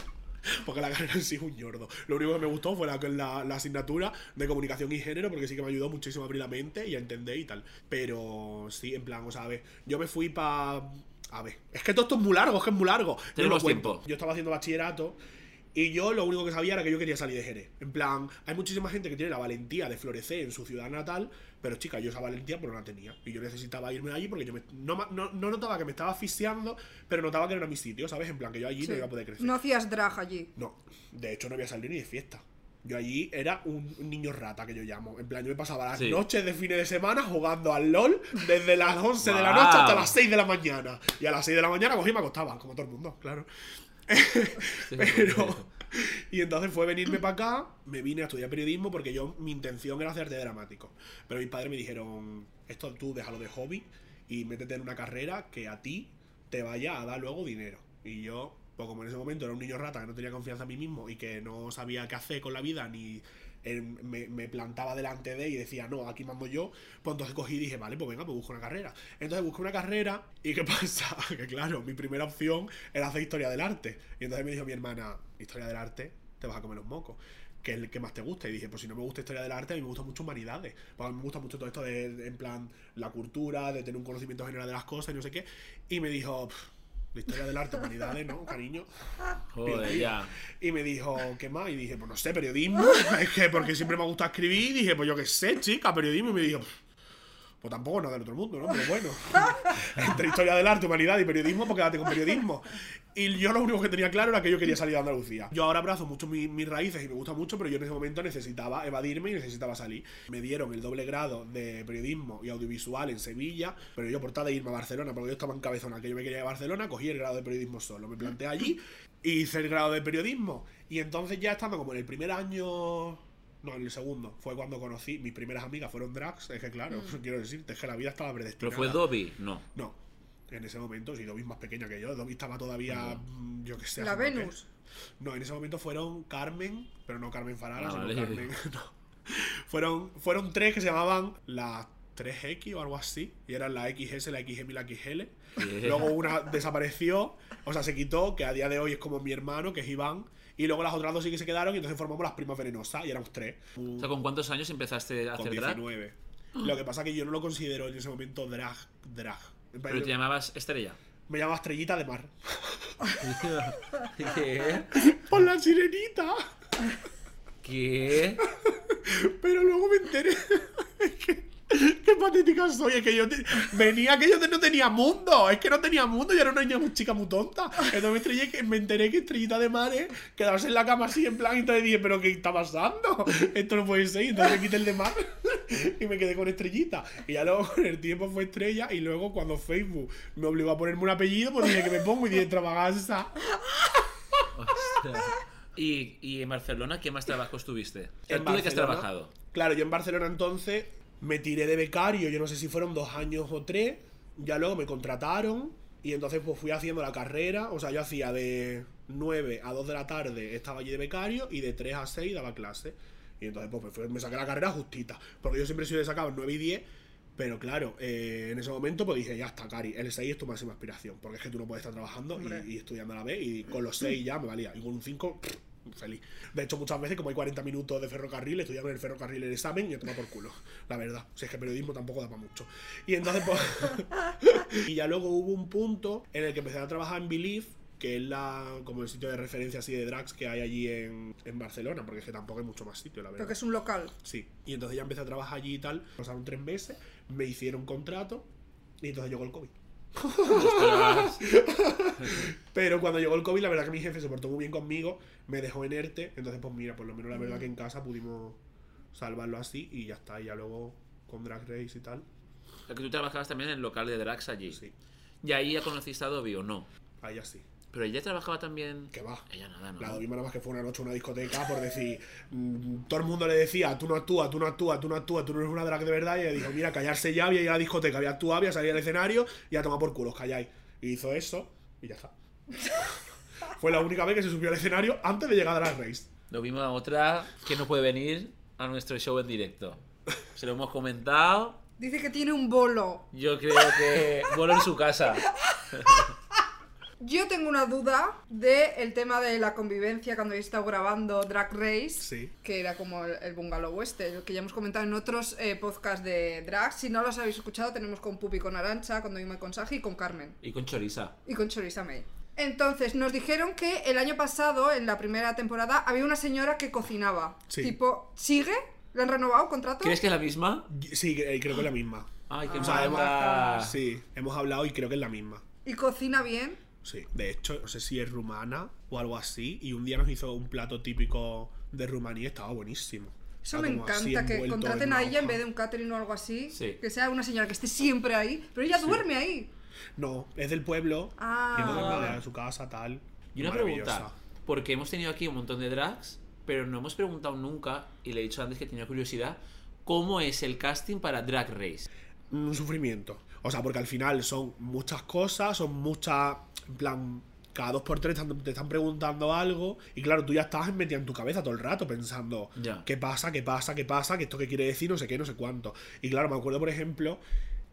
Speaker 4: Porque la carrera en sí es un ñordo. Lo único que me gustó fue la, la- la asignatura de comunicación y género, porque sí que me ayudó muchísimo a abrir la mente y a entender y tal. Pero sí, en plan, o sea, a ver, yo me fui para... A ver, es que todo esto es muy largo, es que es muy largo. Yo
Speaker 2: Tenemos
Speaker 4: lo cuento.
Speaker 2: tiempo.
Speaker 4: Yo estaba haciendo bachillerato y yo lo único que sabía era que yo quería salir de Jerez. En plan, hay muchísima gente que tiene la valentía de florecer en su ciudad natal, pero chica, yo esa valentía pues no la tenía. Y yo necesitaba irme de allí porque yo me- no, ma- no- no notaba que me estaba asfixiando, pero notaba que no era mi sitio, ¿sabes? En plan, que yo allí
Speaker 3: Sí.
Speaker 4: no iba a poder crecer.
Speaker 3: No hacías drag allí.
Speaker 4: No, de hecho no había salido ni de fiesta. Yo allí era un un niño rata que yo llamo. En plan, yo me pasaba las
Speaker 2: Sí.
Speaker 4: noches de fines de semana jugando al LOL desde las 11 de la noche
Speaker 2: Guau.
Speaker 4: hasta las 6 de la mañana. Y a las 6 de la mañana cogí y me acostaba, como todo el mundo, claro. Pero. Y entonces fue venirme para acá, me vine a estudiar periodismo porque yo, mi intención era hacer arte dramático. Pero mis padres me dijeron: Esto tú déjalo de hobby y métete en una carrera que a ti te vaya a dar luego dinero. Y yo, pues como en ese momento era un niño rata que no tenía confianza en mí mismo y que no sabía qué hacer con la vida, ni eh, me, me plantaba delante de y decía, no, aquí mando yo, pues entonces cogí y dije, vale, pues venga, pues busco una carrera. Entonces busqué una carrera y ¿qué pasa? que claro, mi primera opción era hacer historia del arte. Y entonces me dijo mi hermana, historia del arte, te vas a comer los mocos. Que es el que más te gusta. Y dije, pues si no me gusta historia del arte, a mí me gusta mucho humanidades. Pues a mí me gusta mucho todo esto de, en plan, la cultura, de tener un conocimiento general de las cosas y no sé qué. Y me dijo, "Pff, de Historia del Arte, Humanidades, ¿no, cariño?
Speaker 2: Joder,
Speaker 4: Y-
Speaker 2: ya.
Speaker 4: Y me dijo, ¿qué más? Y dije, pues no sé, periodismo. es que porque siempre me ha gustado escribir. Y dije, pues yo qué sé, chica, periodismo. Y me dijo, pues tampoco nada del otro mundo, ¿no? Pero bueno, entre historia del arte, humanidad y periodismo, pues quédate con periodismo. Y yo lo único que tenía claro era que yo quería salir de Andalucía. Yo ahora abrazo mucho mi- mis raíces y me gusta mucho, pero yo en ese momento necesitaba evadirme y necesitaba salir. Me dieron el doble grado de periodismo y audiovisual en Sevilla, pero yo por tal de irme a Barcelona, porque yo estaba en cabezona, que yo me quería ir a Barcelona, cogí el grado de periodismo solo, me planteé allí y hice el grado de periodismo. Y entonces ya estando como en el primer año no, en el segundo. Fue cuando conocí. Mis primeras amigas fueron drags. Es que, claro,
Speaker 3: Mm.
Speaker 4: quiero decirte, es que la vida estaba
Speaker 2: ¿Pero
Speaker 4: predestinada.
Speaker 2: fue Dobby? No.
Speaker 4: No. En ese momento, si Dobby es más pequeña que yo, Dobby estaba todavía, mm, yo que sé.
Speaker 3: La
Speaker 4: haciendo qué.
Speaker 3: Venus.
Speaker 4: No, en ese momento fueron Carmen, pero no Carmen Farala,
Speaker 2: Ah,
Speaker 4: sino
Speaker 2: vale.
Speaker 4: Carmen. no. Fueron, fueron tres que se llamaban las 3X o algo así, y eran la XS, la XM y la XL.
Speaker 2: Yeah.
Speaker 4: Luego una desapareció, o sea, se quitó, que a día de hoy es como mi hermano, que es Iván. Y luego las otras dos sí que se quedaron, y entonces formamos las primas venenosas, y éramos tres.
Speaker 2: O sea, ¿con cuántos años empezaste a
Speaker 4: Uh. Con
Speaker 2: hacer drag?
Speaker 4: 19. Lo que pasa es que yo no lo considero en ese momento drag. drag.
Speaker 2: Pero te llamabas Estrella.
Speaker 4: Me llamaba Estrellita de Mar.
Speaker 2: ¿Qué?
Speaker 4: ¡Por la sirenita!
Speaker 2: ¿Qué?
Speaker 4: Pero luego me enteré. que- ¡Qué patética soy! Es que yo te- venía que yo te- no tenía mundo. Es que no tenía mundo. Yo era una niña muy chica muy tonta. Entonces me, estrellé que- me enteré que Estrellita de Mar es quedarse en la cama así en plan. Y entonces dije, ¿pero qué está pasando? Esto no puede ser. Y Entonces me quité el de Mar y me quedé con Estrellita. Y ya luego con el tiempo fue Estrella. Y luego cuando Facebook me obligó a ponerme un apellido, pues dije que me pongo y dije extravaganza.
Speaker 2: Hostia. ¿Y, y en Barcelona qué más trabajos tuviste? O sea,
Speaker 4: En
Speaker 2: ¿Tú de qué has
Speaker 4: Barcelona-
Speaker 2: trabajado?
Speaker 4: Claro, yo en Barcelona entonces me tiré de becario, yo no sé si fueron dos años o tres, ya luego me contrataron y entonces pues fui haciendo la carrera, o sea, yo hacía de 9 a 2 de la tarde estaba allí de becario y de 3 a 6 daba clase. Y entonces pues me, fue- me saqué la carrera justita, porque yo siempre soy de sacar 9 y 10. Pero claro, eh, en ese momento pues dije, ya está, Cari, el 6 es tu máxima aspiración, porque es que tú no puedes estar trabajando y-
Speaker 3: Hombre.
Speaker 4: y, estudiando a la vez, y con los 6 ya me valía, y con un 5, feliz. De hecho, muchas veces, como hay 40 minutos de ferrocarril, estudiaba en el ferrocarril el examen y he tomado por culo, la verdad. Si es que el periodismo tampoco da para mucho. Y entonces, pues... y ya luego hubo un punto en el que empecé a trabajar en Belief, que es la, como el sitio de referencia así de drags que hay allí en, en Barcelona, porque es que tampoco hay mucho más sitio, la verdad.
Speaker 3: Creo que es un local.
Speaker 4: Sí. Y entonces ya empecé a trabajar allí y tal. Pasaron tres meses, me hicieron contrato y entonces llegó el COVID. Pero cuando llegó el COVID, la verdad que mi jefe se portó muy bien conmigo, me dejó en ERTE. Entonces, pues mira, por lo menos la verdad que en casa pudimos salvarlo así y ya está. Y ya luego con Drag Race y tal.
Speaker 2: O sea, que tú trabajabas también en el local de Drax allí.
Speaker 4: Sí,
Speaker 2: ¿Y ahí ya conociste a Dobby o no?
Speaker 4: ahí así.
Speaker 2: Pero ella trabajaba también...
Speaker 4: Que va.
Speaker 2: Ella nada, Ah, ¿no?
Speaker 4: La Dovima nada más que fue una noche a una discoteca por decir, mm, todo el mundo le decía, tú no actúas, tú no actúas, tú no actúas, tú no eres una drag de verdad. Y ella dijo, mira, callarse ya, voy a ir a la discoteca, voy a actuar, voy a salir al escenario y a tomar por culo, os calláis. Y hizo eso y ya está. fue la única vez que se subió al escenario antes de llegar a Drag Race.
Speaker 2: Lo mismo a otra que no puede venir a nuestro show en directo. Se lo hemos comentado.
Speaker 3: Dice que tiene un bolo.
Speaker 2: Yo creo que vuelve en su casa.
Speaker 3: Yo tengo una duda del el tema de la convivencia cuando he estado grabando Drag Race,
Speaker 4: Sí.
Speaker 3: que era como el, el bungalow este, lo que ya hemos comentado en otros eh, podcasts de drag. Si no los habéis escuchado, tenemos con Pupi, con Arancha, con Doima, con Saji y con Carmen.
Speaker 2: Y con choriza.
Speaker 3: Y con Choriza May. Entonces, nos dijeron que el año pasado, en la primera temporada, había una señora que cocinaba.
Speaker 4: Sí.
Speaker 3: Tipo, ¿sigue? ¿Le han renovado contrato?
Speaker 2: ¿Crees que es la misma?
Speaker 4: Sí, eh, creo que es la misma.
Speaker 2: Ay, qué
Speaker 4: O sea, hemos-
Speaker 3: Ah.
Speaker 2: mala.
Speaker 4: Ah, sí, hemos hablado y creo que es la misma.
Speaker 3: ¿Y cocina bien?
Speaker 4: Sí, de hecho, no sé si es rumana o algo así. Y un día nos hizo un plato típico de Rumanía y estaba buenísimo.
Speaker 3: Eso
Speaker 4: Estaba
Speaker 3: me
Speaker 4: como así
Speaker 3: encanta, que
Speaker 4: envuelto
Speaker 3: contraten
Speaker 4: una
Speaker 3: a ella en
Speaker 4: hoja.
Speaker 3: vez de un catering o algo así.
Speaker 2: Sí.
Speaker 3: Que sea una señora que esté siempre ahí. Pero ella duerme ahí.
Speaker 4: No, es del pueblo.
Speaker 3: Ah.
Speaker 4: Y entonces me da a su casa, tal.
Speaker 2: Y una
Speaker 4: Maravillosa.
Speaker 2: pregunta, porque hemos tenido aquí un montón de drags, pero no hemos preguntado nunca, y le he dicho antes que tenía curiosidad, cómo es el casting para Drag Race.
Speaker 4: Un sufrimiento. O sea, porque al final son muchas cosas, son muchas. En plan, cada dos por tres están- te están preguntando algo. Y claro, tú ya estás metida en tu cabeza todo el rato pensando:
Speaker 2: Ya.
Speaker 4: ¿qué pasa? ¿Qué pasa? ¿Qué pasa? ¿Qué esto qué quiere decir? No sé qué, no sé cuánto. Y claro, me acuerdo, por ejemplo,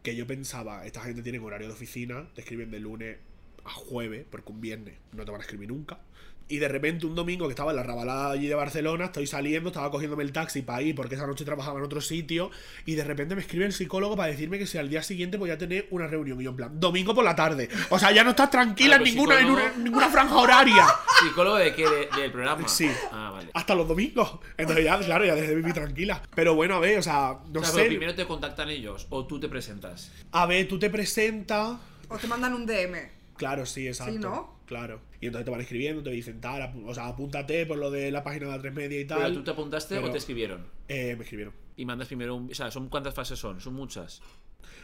Speaker 4: que yo pensaba: esta gente tiene horario de oficina, te escriben de lunes a jueves, porque un viernes no te van a escribir nunca. Y de repente un domingo que estaba en la rabalada allí de Barcelona, estoy saliendo, estaba cogiéndome el taxi para ir porque esa noche trabajaba en otro sitio. Y de repente me escribe el psicólogo para decirme que si al día siguiente voy a tener una reunión. Y yo, en plan, domingo por la tarde. O sea, ya no estás tranquila
Speaker 2: Ah,
Speaker 4: en,
Speaker 2: pues
Speaker 4: ninguna, en
Speaker 2: psicólogo.
Speaker 4: una- ninguna franja horaria.
Speaker 2: ¿Psicólogo de qué? ¿De- ¿Del programa?
Speaker 4: Sí.
Speaker 2: Ah, vale.
Speaker 4: Hasta los domingos. Entonces ya, claro, ya dejé de vivir tranquila. Pero bueno, a ver, o sea, no
Speaker 2: O sea, pero
Speaker 4: sé.
Speaker 2: primero te contactan ellos o tú te presentas.
Speaker 4: A ver, tú te presentas.
Speaker 3: O te mandan un DM.
Speaker 4: Claro, sí, exacto.
Speaker 3: Sí, ¿no?
Speaker 4: Claro. Y entonces te van escribiendo, te dicen tal, apu- o sea, apúntate por lo de la página de la 3 media y tal.
Speaker 2: ¿Pero tú te apuntaste
Speaker 4: Pero-
Speaker 2: o te escribieron?
Speaker 4: Eh, me escribieron.
Speaker 2: Y mandas primero un... O sea, ¿son ¿cuántas fases son? Son muchas.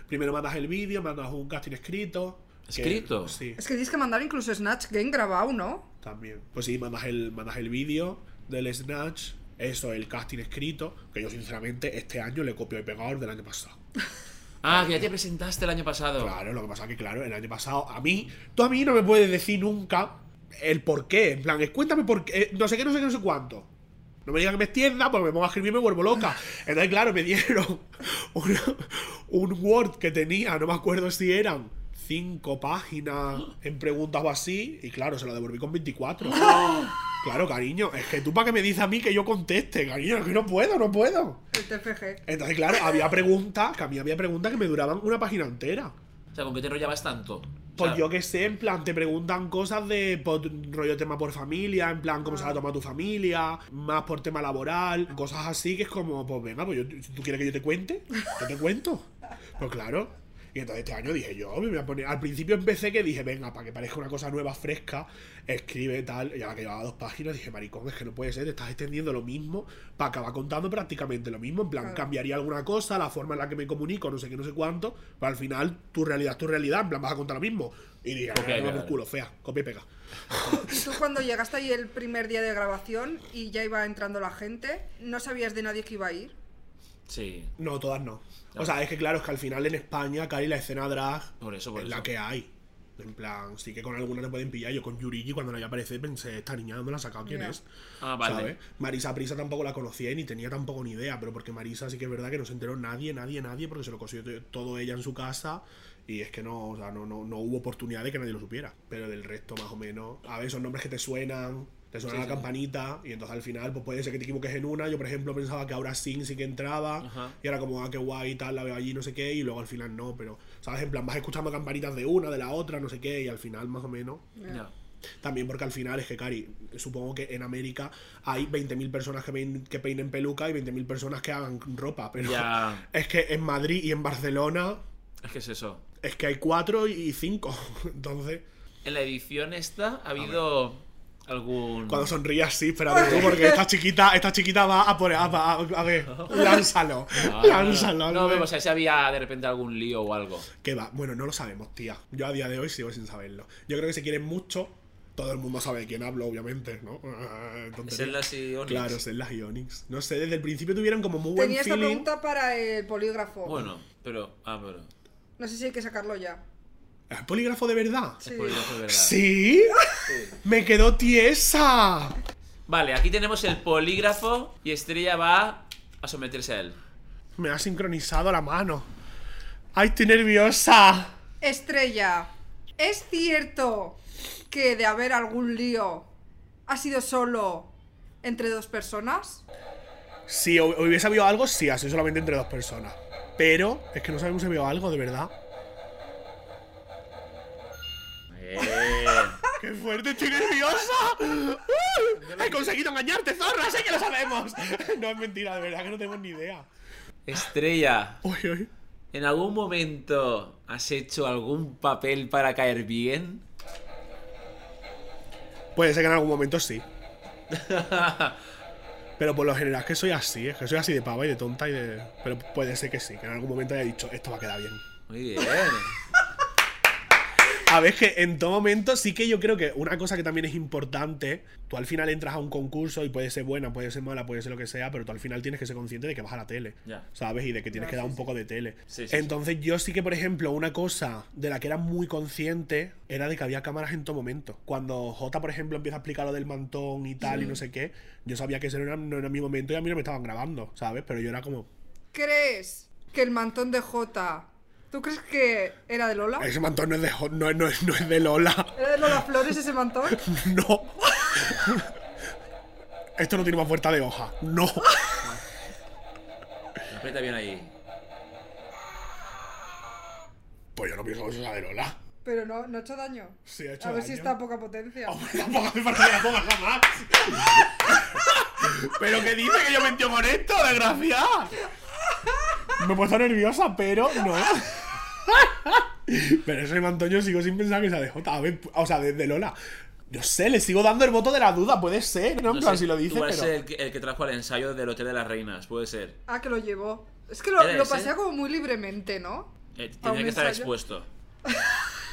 Speaker 4: Primero mandas el vídeo, mandas un casting escrito. que-
Speaker 2: ¿Escrito?
Speaker 4: sí,
Speaker 3: Es que tienes que mandar incluso Snatch Game grabado, ¿no?
Speaker 4: también. Pues sí, mandas el, mandas el vídeo del Snatch, eso, el casting escrito, que yo sinceramente este año le copio y pegado al del año pasado.
Speaker 2: Ah, que ya te presentaste el año pasado.
Speaker 4: Claro, lo que pasa es que, claro, el año pasado, a mí, tú a mí no me puedes decir nunca el por qué. En plan, es cuéntame por qué, eh, no sé qué, no sé qué, no sé cuánto. No me digan que me extienda, porque me pongo a escribir y me vuelvo loca. Entonces, claro, me dieron un, un Word que tenía, no me acuerdo si eran cinco páginas en preguntas o así, y claro, se lo devolví con 24. Claro, cariño, es que tú para que me dices a mí que yo conteste, cariño, es que no puedo, no puedo.
Speaker 3: El TFG.
Speaker 4: Entonces, claro, había preguntas, que a mí había preguntas que me duraban una página entera.
Speaker 2: O sea, ¿con qué te enrollabas tanto?
Speaker 4: Pues
Speaker 2: O sea,
Speaker 4: yo que sé, en plan, te preguntan cosas de pues, rollo tema por familia, en plan, cómo se la toma tu familia, más por tema laboral, cosas así que es como, pues venga, pues yo, si tú quieres que yo te cuente, yo te cuento. Pues claro. Y entonces este año dije yo, me voy a poner. Al principio empecé que dije, venga, para que parezca una cosa nueva, fresca, escribe tal. Y ahora que llevaba dos páginas, dije, maricón, es que no puede ser, te estás extendiendo lo mismo para acabar contando prácticamente lo mismo. En plan, cambiaría alguna cosa, la forma en la que me comunico, no sé qué, no sé cuánto. Pero al final, tu realidad es tu realidad, en plan, vas a contar lo mismo. Y dije,
Speaker 2: Copia y
Speaker 4: "Ah, no,
Speaker 2: pega".
Speaker 4: por culo, fea, copia y pega.
Speaker 3: Y tú cuando llegaste ahí el primer día de grabación y ya iba entrando la gente, no sabías de nadie que iba a ir.
Speaker 2: Sí.
Speaker 4: No, todas no. O sea, es que claro, es que al final en España, Cari, la escena drag
Speaker 2: Por eso, por
Speaker 4: es
Speaker 2: eso.
Speaker 4: la que hay. En plan, sí que con alguna te pueden pillar. Yo con Yurigi cuando la vi aparecer pensé, esta niña no la ha sacado quién
Speaker 3: Ya.
Speaker 4: es.
Speaker 2: Ah, vale.
Speaker 4: ¿Sabes? Marisa Prisa tampoco la conocía y ni tenía tampoco ni idea, pero porque Marisa sí que es verdad que no se enteró nadie, nadie, nadie, porque se lo cosió to- todo ella en su casa y es que no, o sea, no, no, no hubo oportunidad de que nadie lo supiera. Pero del resto, más o menos, a ver, son nombres que te suenan, te suena
Speaker 2: Sí,
Speaker 4: la
Speaker 2: sí.
Speaker 4: campanita y entonces al final pues puede ser que te equivoques en una. Yo, por ejemplo, pensaba que ahora Sing sí que entraba
Speaker 2: Ajá.
Speaker 4: y era como, ah, qué guay y tal, la veo allí, no sé qué, y luego al final no, pero, ¿sabes? En plan, vas escuchando campanitas de una, de la otra, no sé qué, y al final, más o menos,
Speaker 2: Ya.
Speaker 4: también porque al final es que, Cari, supongo que en América hay 20.000 personas que, pein- que peinen peluca y 20.000 personas que hagan ropa, pero
Speaker 2: Ya.
Speaker 4: es que en Madrid y en Barcelona
Speaker 2: Es que es eso.
Speaker 4: es que hay cuatro y cinco. Entonces,
Speaker 2: En la edición esta ha habido algún...
Speaker 4: cuando sonrías, sí, espérate tú, porque esta chiquita, esta chiquita va a por a, a- a ver, lánzalo,
Speaker 2: Ah,
Speaker 4: lánzalo.
Speaker 2: No,
Speaker 4: Albert.
Speaker 2: pero, o sea, si había de repente algún lío o algo.
Speaker 4: ¿Qué va? Bueno, no lo sabemos, tía. Yo a día de hoy sigo sin saberlo. Yo creo que se quieren mucho. Todo el mundo sabe de quién hablo, obviamente, ¿no? Ah, tontería.
Speaker 2: Zeldas y Onyx.
Speaker 4: Claro, Zeldas y Onyx. No sé, desde el principio tuvieron como muy buen
Speaker 3: Tenía esta
Speaker 4: feeling.
Speaker 3: pregunta para el polígrafo.
Speaker 2: Bueno, pero... Ah, pero...
Speaker 3: No sé si hay que sacarlo ya.
Speaker 4: ¿Es polígrafo de verdad?
Speaker 3: Sí.
Speaker 2: Pues no fue verdad.
Speaker 4: ¿Sí? ¡Me quedó tiesa!
Speaker 2: Vale, aquí tenemos el polígrafo y Estrella va a someterse a él.
Speaker 4: Me ha sincronizado la mano. ¡Ay, estoy nerviosa!
Speaker 3: Estrella, ¿es cierto que de haber algún lío ha sido solo entre dos personas?
Speaker 4: Si hu- hubiese habido algo, sí, así solamente entre dos personas. Pero es que no sabemos si ha habido algo, de verdad. ¡Qué fuerte! ¡Estoy nerviosa! ¡Uh! ¡He conseguido engañarte, zorra! ¡Sé que lo sabemos! No, es mentira, de verdad que no tenemos ni idea.
Speaker 2: Estrella,
Speaker 4: Uy, uy.
Speaker 2: ¿en algún momento has hecho algún papel para caer bien?
Speaker 4: Puede ser que en algún momento sí. Pero por lo general es que soy así, es que soy así de pava y de tonta y de... Pero puede ser que sí, que en algún momento haya dicho, esto va a quedar bien.
Speaker 2: Muy bien.
Speaker 4: A ver, es que en todo momento sí que yo creo que una cosa que también es importante, tú al final entras a un concurso y puede ser buena, puede ser mala, puede ser lo que sea, pero tú al final tienes que ser consciente de que vas a la tele,
Speaker 2: Ya.
Speaker 4: ¿sabes? Y de que tienes que dar un poco de tele.
Speaker 2: Sí, sí,
Speaker 4: Entonces yo sí que, por ejemplo, una cosa de la que era muy consciente era de que había cámaras en todo momento. Cuando J, por ejemplo, empieza a explicar lo del mantón y tal
Speaker 2: Mm.
Speaker 4: y no sé qué, yo sabía que ese no era, no era mi momento y a mí no me estaban grabando, ¿sabes? Pero yo era como...
Speaker 3: ¿Crees que el mantón de Jota, ¿tú crees que era de Lola?
Speaker 2: Ah.
Speaker 4: Ese mantón no es de, Jo- no, es- no es- no es de Lola.
Speaker 3: ¿Era de Lola Flores ese mantón?
Speaker 4: No. Esto no tiene más vuelta de hoja. No.
Speaker 2: Aprieta bien ahí.
Speaker 4: Pues yo no pienso que sea de Lola.
Speaker 3: Pero no, no ha hecho daño.
Speaker 4: Sí, ha hecho
Speaker 3: a ver si
Speaker 4: daño. Oh.
Speaker 3: está a poca potencia.
Speaker 4: Hombre, tampoco hace falta que la pongas jamás. ¿Pero qué dice que yo mentí con esto, desgracia? Me he puesto nerviosa, pero no. Pero ese Antonio sigo sin pensar que sea de Jota. A ver, o sea, de, de Lola. No sé, le sigo dando el voto de la duda, puede ser, ¿no? En plan,
Speaker 2: sé,
Speaker 4: si lo dice,
Speaker 2: tú vas a
Speaker 4: pero.
Speaker 2: ser el que, el que trajo al ensayo del Hotel de las Reinas, puede ser.
Speaker 3: Ah, que lo llevó. Es que lo,
Speaker 2: ¿Era
Speaker 3: lo
Speaker 2: ese?
Speaker 3: pasea como muy libremente, ¿no?
Speaker 2: Eh,
Speaker 3: ¿A un
Speaker 2: tenía que estar
Speaker 3: ensayo?
Speaker 2: expuesto.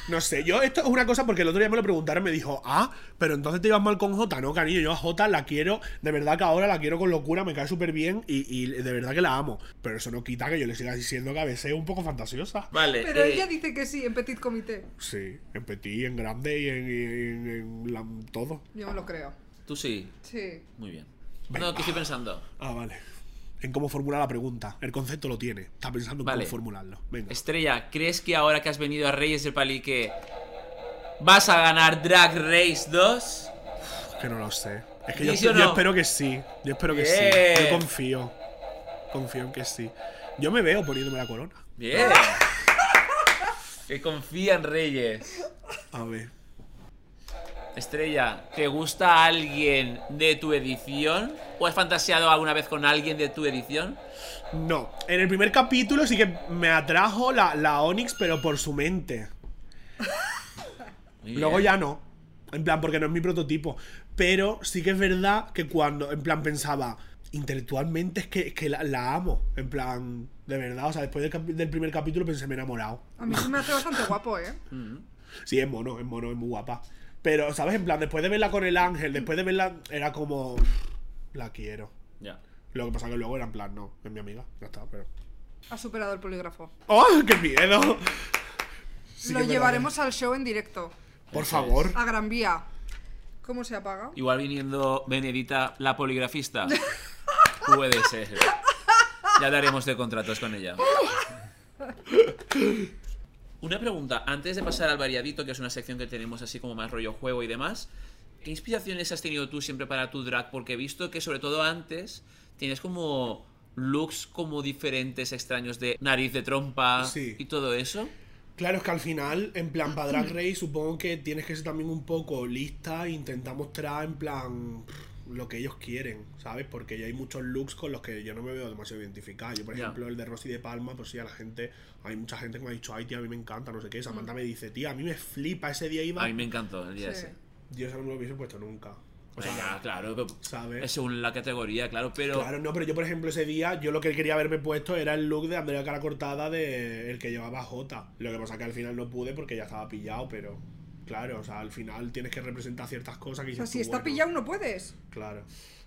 Speaker 4: No sé, yo esto es una cosa porque el otro día me lo preguntaron y me dijo, ah, pero entonces te ibas mal con Jota, no, cariño, yo a Jota la quiero, de verdad que ahora la quiero con locura, me cae súper bien y, y de verdad que la amo. Pero eso no quita que yo le siga diciendo que a veces es un poco fantasiosa.
Speaker 2: Vale.
Speaker 3: Pero
Speaker 2: eh,
Speaker 3: ella dice que sí, en petit comité.
Speaker 4: Sí, en petit, en grande y en, y en- en la- todo.
Speaker 3: Yo me lo creo.
Speaker 2: Tú sí.
Speaker 3: Sí.
Speaker 2: Muy bien. No, que estoy pensando.
Speaker 4: Ah, vale. En cómo formular la pregunta. El concepto lo tiene. Está pensando en
Speaker 2: Vale.
Speaker 4: cómo formularlo. Venga.
Speaker 2: Estrella, ¿crees que ahora que has venido a Reyes del Palique vas a ganar Drag Race 2?
Speaker 4: Es que no lo sé. Es que yo,
Speaker 2: ¿Sí o
Speaker 4: yo
Speaker 2: no?
Speaker 4: espero que sí. Yo espero que sí.
Speaker 2: Bien.
Speaker 4: Yo confío. Confío en que sí. Yo me veo poniéndome la corona.
Speaker 2: Bien. que confía en Reyes.
Speaker 4: A ver.
Speaker 2: Estrella, ¿te gusta alguien de tu edición? ¿O has fantaseado alguna vez con alguien de tu edición?
Speaker 4: No. En el primer capítulo sí que me atrajo la, la Onyx, pero por su mente.
Speaker 2: Muy
Speaker 4: Luego
Speaker 2: bien.
Speaker 4: ya no. En plan, porque no es mi prototipo. Pero sí que es verdad que cuando, en plan, pensaba, intelectualmente es que, es que la, la amo. En plan, de verdad, o sea, después del, capi- del primer capítulo pensé, me he enamorado.
Speaker 3: A mí sí me hace bastante guapo, ¿eh?
Speaker 4: Sí, es mono, es mono, es muy guapa. Pero, ¿sabes? En plan, después de verla con el ángel, después de verla, era como, la quiero.
Speaker 2: Ya.
Speaker 4: Lo que pasa que luego era en plan, no, es mi amiga, ya está, pero...
Speaker 3: Ha superado el polígrafo.
Speaker 4: ¡Oh, qué miedo! Sí
Speaker 3: lo
Speaker 4: que es verdad. ¿eh?
Speaker 3: llevaremos al show en directo.
Speaker 4: Por
Speaker 2: Eso es.
Speaker 4: favor.
Speaker 3: A Gran Vía. ¿Cómo se apaga?
Speaker 2: Igual viniendo Benedita, la poligrafista. Puede ser. Ya hablaremos de contratos con ella. Una pregunta, antes de pasar al variadito, que es una sección que tenemos así como más rollo juego y demás, ¿qué inspiraciones has tenido tú siempre para tu drag? Porque he visto que sobre todo antes tienes como looks como diferentes, extraños de nariz de trompa
Speaker 4: Sí.
Speaker 2: y todo eso.
Speaker 4: Claro, es que al final, en plan, para Drag
Speaker 2: Mm.
Speaker 4: Race, supongo que tienes que ser también un poco lista e intentar mostrar, en plan, pff, lo que ellos quieren, ¿sabes? Porque ya hay muchos looks con los que yo no me veo demasiado identificado. Yo, por
Speaker 2: Ya.
Speaker 4: ejemplo, el de Rosy de Palma, pues sí, a la gente, hay mucha gente que me ha dicho, ay, tía, a mí me encanta, no sé qué. Samantha me dice, tía, a mí me flipa, ese día iba.
Speaker 2: Mm. A mí me encantó el día
Speaker 3: Sí.
Speaker 2: ese.
Speaker 4: Yo eso no me lo hubiese puesto nunca. O sea,
Speaker 2: Ya, claro, pero-
Speaker 4: Pues ¿sabes?
Speaker 2: es según la categoría, claro, pero...
Speaker 4: Claro, no, pero yo, por ejemplo, ese día, yo lo que quería haberme puesto era el look de Andrea Cara Cortada de el que llevaba Jota. Lo que pasa que al final no pude porque ya estaba pillado, pero. Claro, o sea, al final tienes que representar ciertas cosas que
Speaker 3: O sea,
Speaker 4: dices
Speaker 3: si
Speaker 4: tú,
Speaker 3: está
Speaker 4: bueno,
Speaker 3: pillado no puedes.
Speaker 4: Claro.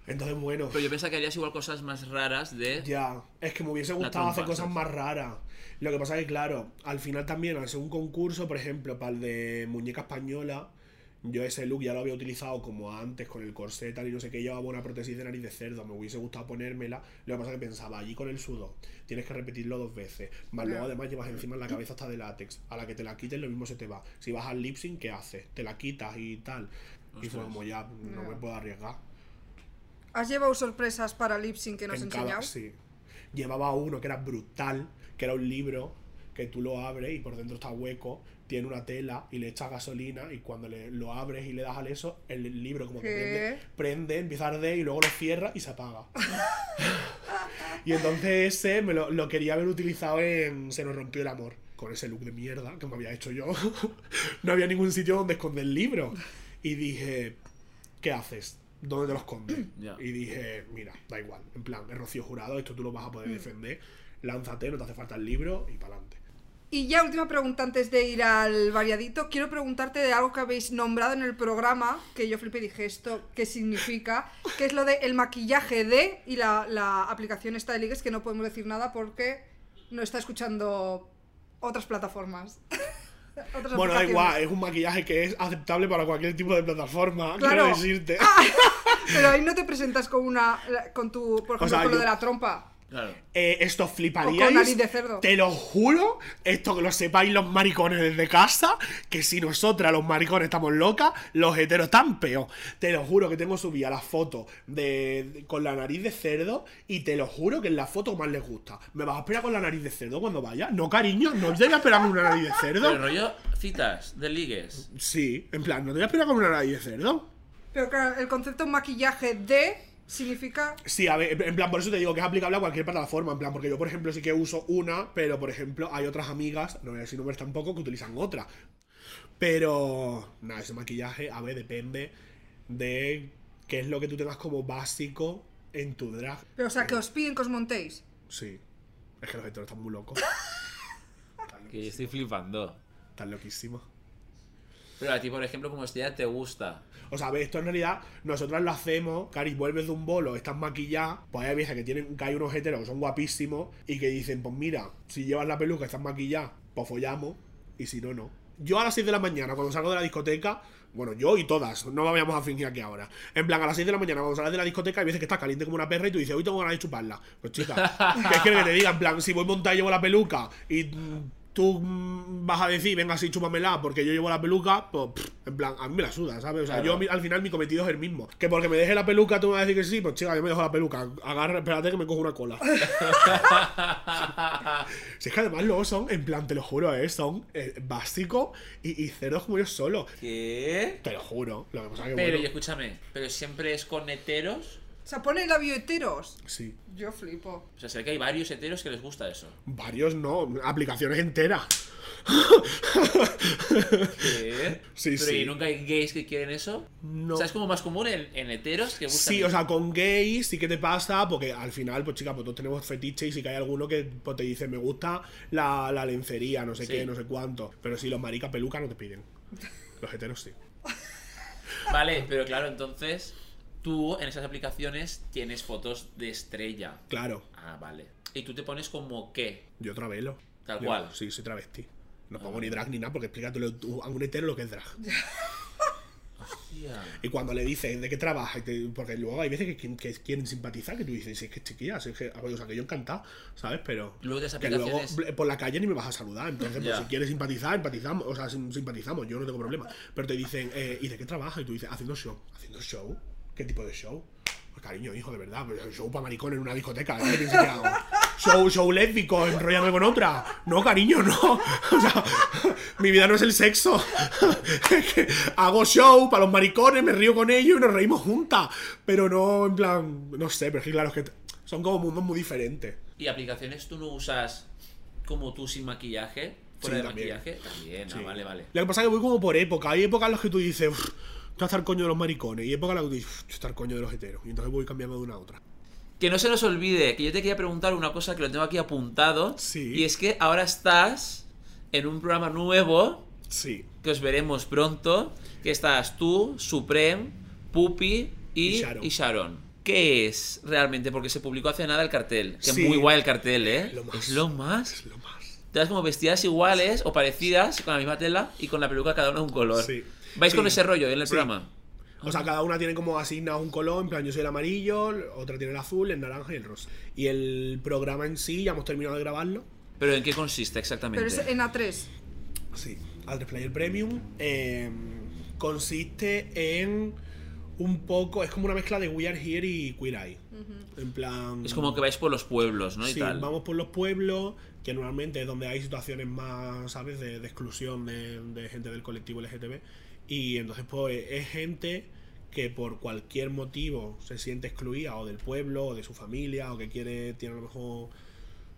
Speaker 4: Entonces, bueno,
Speaker 2: Pero yo pensaba que harías igual cosas más raras de...
Speaker 4: ya. Es que me hubiese gustado
Speaker 2: trompa,
Speaker 4: hacer cosas
Speaker 2: ¿sabes?
Speaker 4: más raras. Lo que pasa que, claro, al final también, al ser un concurso, por ejemplo, para el de muñeca española. Yo ese look ya lo había utilizado como antes, con el corset tal y no sé qué, llevaba una prótesis de nariz de cerdo, me hubiese gustado ponérmela. Lo que pasa es que pensaba, allí con el sudor, tienes que repetirlo dos veces. Más luego además llevas encima la cabeza hasta de látex. A la que te la quites lo mismo se te va. Si vas al lip sync, ¿qué haces? Te la quitas y tal. Y fue como ya, no me puedo arriesgar.
Speaker 3: ¿Has llevado sorpresas para Lipsing que nos
Speaker 4: En
Speaker 3: has
Speaker 4: cada-
Speaker 3: enseñado?
Speaker 4: sí. Llevaba uno que era brutal, que era un libro que tú lo abres y por dentro está hueco, tiene una tela y le echas gasolina y cuando le- lo abres y le das al eso, el libro como que
Speaker 3: ¿Qué?
Speaker 4: prende, prende, empieza a arder y luego lo cierra y se apaga. y entonces ese me lo, lo quería haber utilizado en Se nos rompió el amor, con ese look de mierda que me había hecho yo. no había ningún sitio donde esconder el libro. Y dije, ¿qué haces? ¿Dónde te lo escondes?
Speaker 2: Ya.
Speaker 4: Y dije, mira, da igual. En plan, es Rocío Jurado, esto tú lo vas a poder defender. Lánzate, no te hace falta el libro y para adelante.
Speaker 3: Y ya última pregunta antes de ir al variadito. Quiero preguntarte de algo que habéis nombrado en el programa, que yo flipé y dije esto, ¿qué significa? Que es lo de el maquillaje de y la, la aplicación esta de ligues que no podemos decir nada porque no está escuchando otras plataformas. Otras
Speaker 4: Bueno, da
Speaker 3: aplicaciones.
Speaker 4: igual, es un maquillaje que es aceptable para cualquier tipo de plataforma,
Speaker 3: Claro. Ah,
Speaker 4: quiero decirte.
Speaker 3: Pero ahí no te presentas con una, con tu, por ejemplo,
Speaker 4: sea,
Speaker 3: con lo
Speaker 4: yo-
Speaker 3: de la trompa.
Speaker 2: Claro.
Speaker 4: Eh, esto fliparíais.
Speaker 3: O con nariz de cerdo.
Speaker 4: Te lo juro, esto que lo sepáis los maricones desde casa, que si nosotras los maricones estamos locas, los heteros están peor. Te lo juro que tengo subida la foto de, de- con la nariz de cerdo y te lo juro que es la foto que más les gusta. ¿Me vas a esperar con la nariz de cerdo cuando vaya? No, cariño, no te voy a esperar con una nariz de
Speaker 2: Pero
Speaker 4: cerdo.
Speaker 2: rollo citas de ligues.
Speaker 4: Sí, en plan, no te voy a esperar con una nariz de cerdo.
Speaker 3: Pero claro, el concepto maquillaje de significa.
Speaker 4: Sí, a ver, en plan, por eso te digo que es aplicable a cualquier plataforma. En plan, porque yo, por ejemplo, sí que uso una, pero por ejemplo, hay otras amigas, no voy a decir nombres tampoco, que utilizan otra. Pero, nada, ese maquillaje, a ver, depende de qué es lo que tú tengas como básico en tu drag.
Speaker 3: Pero o sea, que os piden que os montéis.
Speaker 4: Sí. Es que los heteros están muy locos.
Speaker 2: Que yo estoy flipando.
Speaker 4: Están loquísimos.
Speaker 2: Pero a ti, por ejemplo, como estrella te gusta.
Speaker 4: O sea, a ver, esto en realidad, nosotras lo hacemos, Cari, vuelves de un bolo, estás maquillada, pues hay veces que tienen, que hay unos heteros que son guapísimos y que dicen, pues mira, si llevas la peluca, estás maquillada, pues follamos, y si no, no. Yo a las 6 de la mañana, cuando salgo de la discoteca, bueno, yo y todas, no vayamos a fingir aquí ahora. En plan, a las 6 de la mañana, cuando sales de la discoteca, hay veces que estás caliente como una perra y tú dices, hoy tengo ganas de chuparla. Pues chica, ¿qué quieres que te diga? En plan, si voy montada y llevo la peluca y mm, tú mm, vas a decir, venga, sí, chúpamela, porque yo llevo la peluca, pues, pff, en plan, a mí me la suda, ¿sabes? O sea, yo a mí- al final mi cometido es el mismo. Que porque me deje la peluca, tú me vas a decir que sí, pues chica, yo me dejo la peluca. Agarra, espérate que me cojo una cola. si es que además luego son, en plan, te lo juro, ¿eh? Son eh, básicos y, y cerdos como yo solo.
Speaker 2: ¿Qué?
Speaker 4: Te lo juro. Lo que pasa es que,
Speaker 2: Pero, y
Speaker 4: bueno,
Speaker 2: escúchame, pero siempre es con heteros.
Speaker 3: O sea, ponen labio heteros.
Speaker 4: sí.
Speaker 3: Yo flipo.
Speaker 2: O sea, sé que hay varios heteros que les gusta eso.
Speaker 4: Varios no, aplicaciones enteras.
Speaker 2: ¿Qué?
Speaker 4: Sí,
Speaker 2: pero
Speaker 4: sí.
Speaker 2: ¿y nunca hay gays que quieren eso?
Speaker 4: No.
Speaker 2: O sea, es como más común en, en heteros que buscan.
Speaker 4: Sí, o sea, con gays sí que te pasa, porque al final, pues chica, pues todos tenemos fetiches y sí que hay alguno que pues, te dice, me gusta la, la lencería, no sé
Speaker 2: Sí.
Speaker 4: qué, no sé cuánto. Pero sí, los maricas peluca no te piden. Los heteros sí.
Speaker 2: Vale, pero claro, entonces tú en esas aplicaciones tienes fotos de estrella.
Speaker 4: Claro,
Speaker 2: Ah, vale. Y tú te pones como qué.
Speaker 4: yo travelo.
Speaker 2: Tal
Speaker 4: Yo-
Speaker 2: cual. Ah.
Speaker 4: Sí, soy travesti. No pongo ni drag ni nada, porque explícatelo tú a un hetero lo que es drag.
Speaker 2: Tía.
Speaker 4: Y cuando le dices de qué trabaja, y te- porque luego hay veces que, quien- que quieren simpatizar, que tú dices, "Si es que es chiquilla, si es que, ah, pues, o sea, que yo encantado, ¿sabes? Pero
Speaker 2: Luego de esas
Speaker 4: que luego
Speaker 2: aplicaciones-
Speaker 4: bl- por la calle ni me vas a saludar. Entonces, pues,
Speaker 2: Ya.
Speaker 4: si quieres simpatizar, empatizamos, o sea, sim- simpatizamos, yo no tengo problema. Pero te dicen, eh, ¿y de qué trabaja? Y tú dices, haciendo show. ¿Haciendo show? ¿Qué tipo de show? Pues, cariño, hijo, de verdad, pero show para maricón en una discoteca, ¿eh? ¿qué te piensas que hago? Show, show lésbico, enrollame con otra. No, cariño, no. O sea, mi vida no es el sexo. Es que Hago show para los maricones, me río con ellos y nos reímos juntas. Pero no, en plan, no sé, pero es que claro, es que t- son como mundos muy diferentes.
Speaker 2: ¿Y aplicaciones tú no usas como tú sin maquillaje? ¿Fuera
Speaker 4: Sí,
Speaker 2: de
Speaker 4: también.
Speaker 2: maquillaje? También, ah,
Speaker 4: Sí.
Speaker 2: vale, vale.
Speaker 4: Lo que pasa es que voy como por época. Hay épocas en las que tú dices, "Uf, tú estar coño de los maricones. Y épocas en las que tú dices, "Uf, estar coño de los heteros. Y entonces voy cambiando de una a otra.
Speaker 2: Que no se nos olvide, que yo te quería preguntar una cosa que lo tengo aquí apuntado.
Speaker 4: Sí.
Speaker 2: Y es que ahora estás en un programa nuevo
Speaker 4: Sí.
Speaker 2: que os veremos pronto. Que estás tú, Supreme, Pupi y,
Speaker 4: Y Sharon.
Speaker 2: y Sharon. ¿Qué es realmente? Porque se publicó hace nada el cartel. Que
Speaker 4: Sí.
Speaker 2: es muy guay el cartel, ¿eh?
Speaker 4: Lo más.
Speaker 2: Es lo más.
Speaker 4: Es lo más.
Speaker 2: Te das como vestidas iguales o parecidas, con la misma tela y con la peluca cada una de un color.
Speaker 4: Sí.
Speaker 2: ¿Vais con
Speaker 4: Sí.
Speaker 2: ese rollo en el
Speaker 4: Sí.
Speaker 2: programa?
Speaker 4: O sea, cada una tiene como asignado un color, en plan yo soy el amarillo, otra tiene el azul, el naranja y el rosa. Y el programa en sí, ya hemos terminado de grabarlo.
Speaker 2: ¿Pero en qué consiste exactamente?
Speaker 3: Pero es en A3.
Speaker 4: Sí, Aldrich Player Premium eh, consiste en un poco, es como una mezcla de We Are Here y Queer Eye. En plan...
Speaker 2: Es como que vais por los pueblos, ¿no? Y
Speaker 4: Sí,
Speaker 2: tal.
Speaker 4: vamos por los pueblos, que normalmente es donde hay situaciones más, ¿sabes?, de, de exclusión de, de gente del colectivo LGTB. Y entonces, pues, es gente que por cualquier motivo se siente excluida o del pueblo o de su familia o que quiere, tiene a lo mejor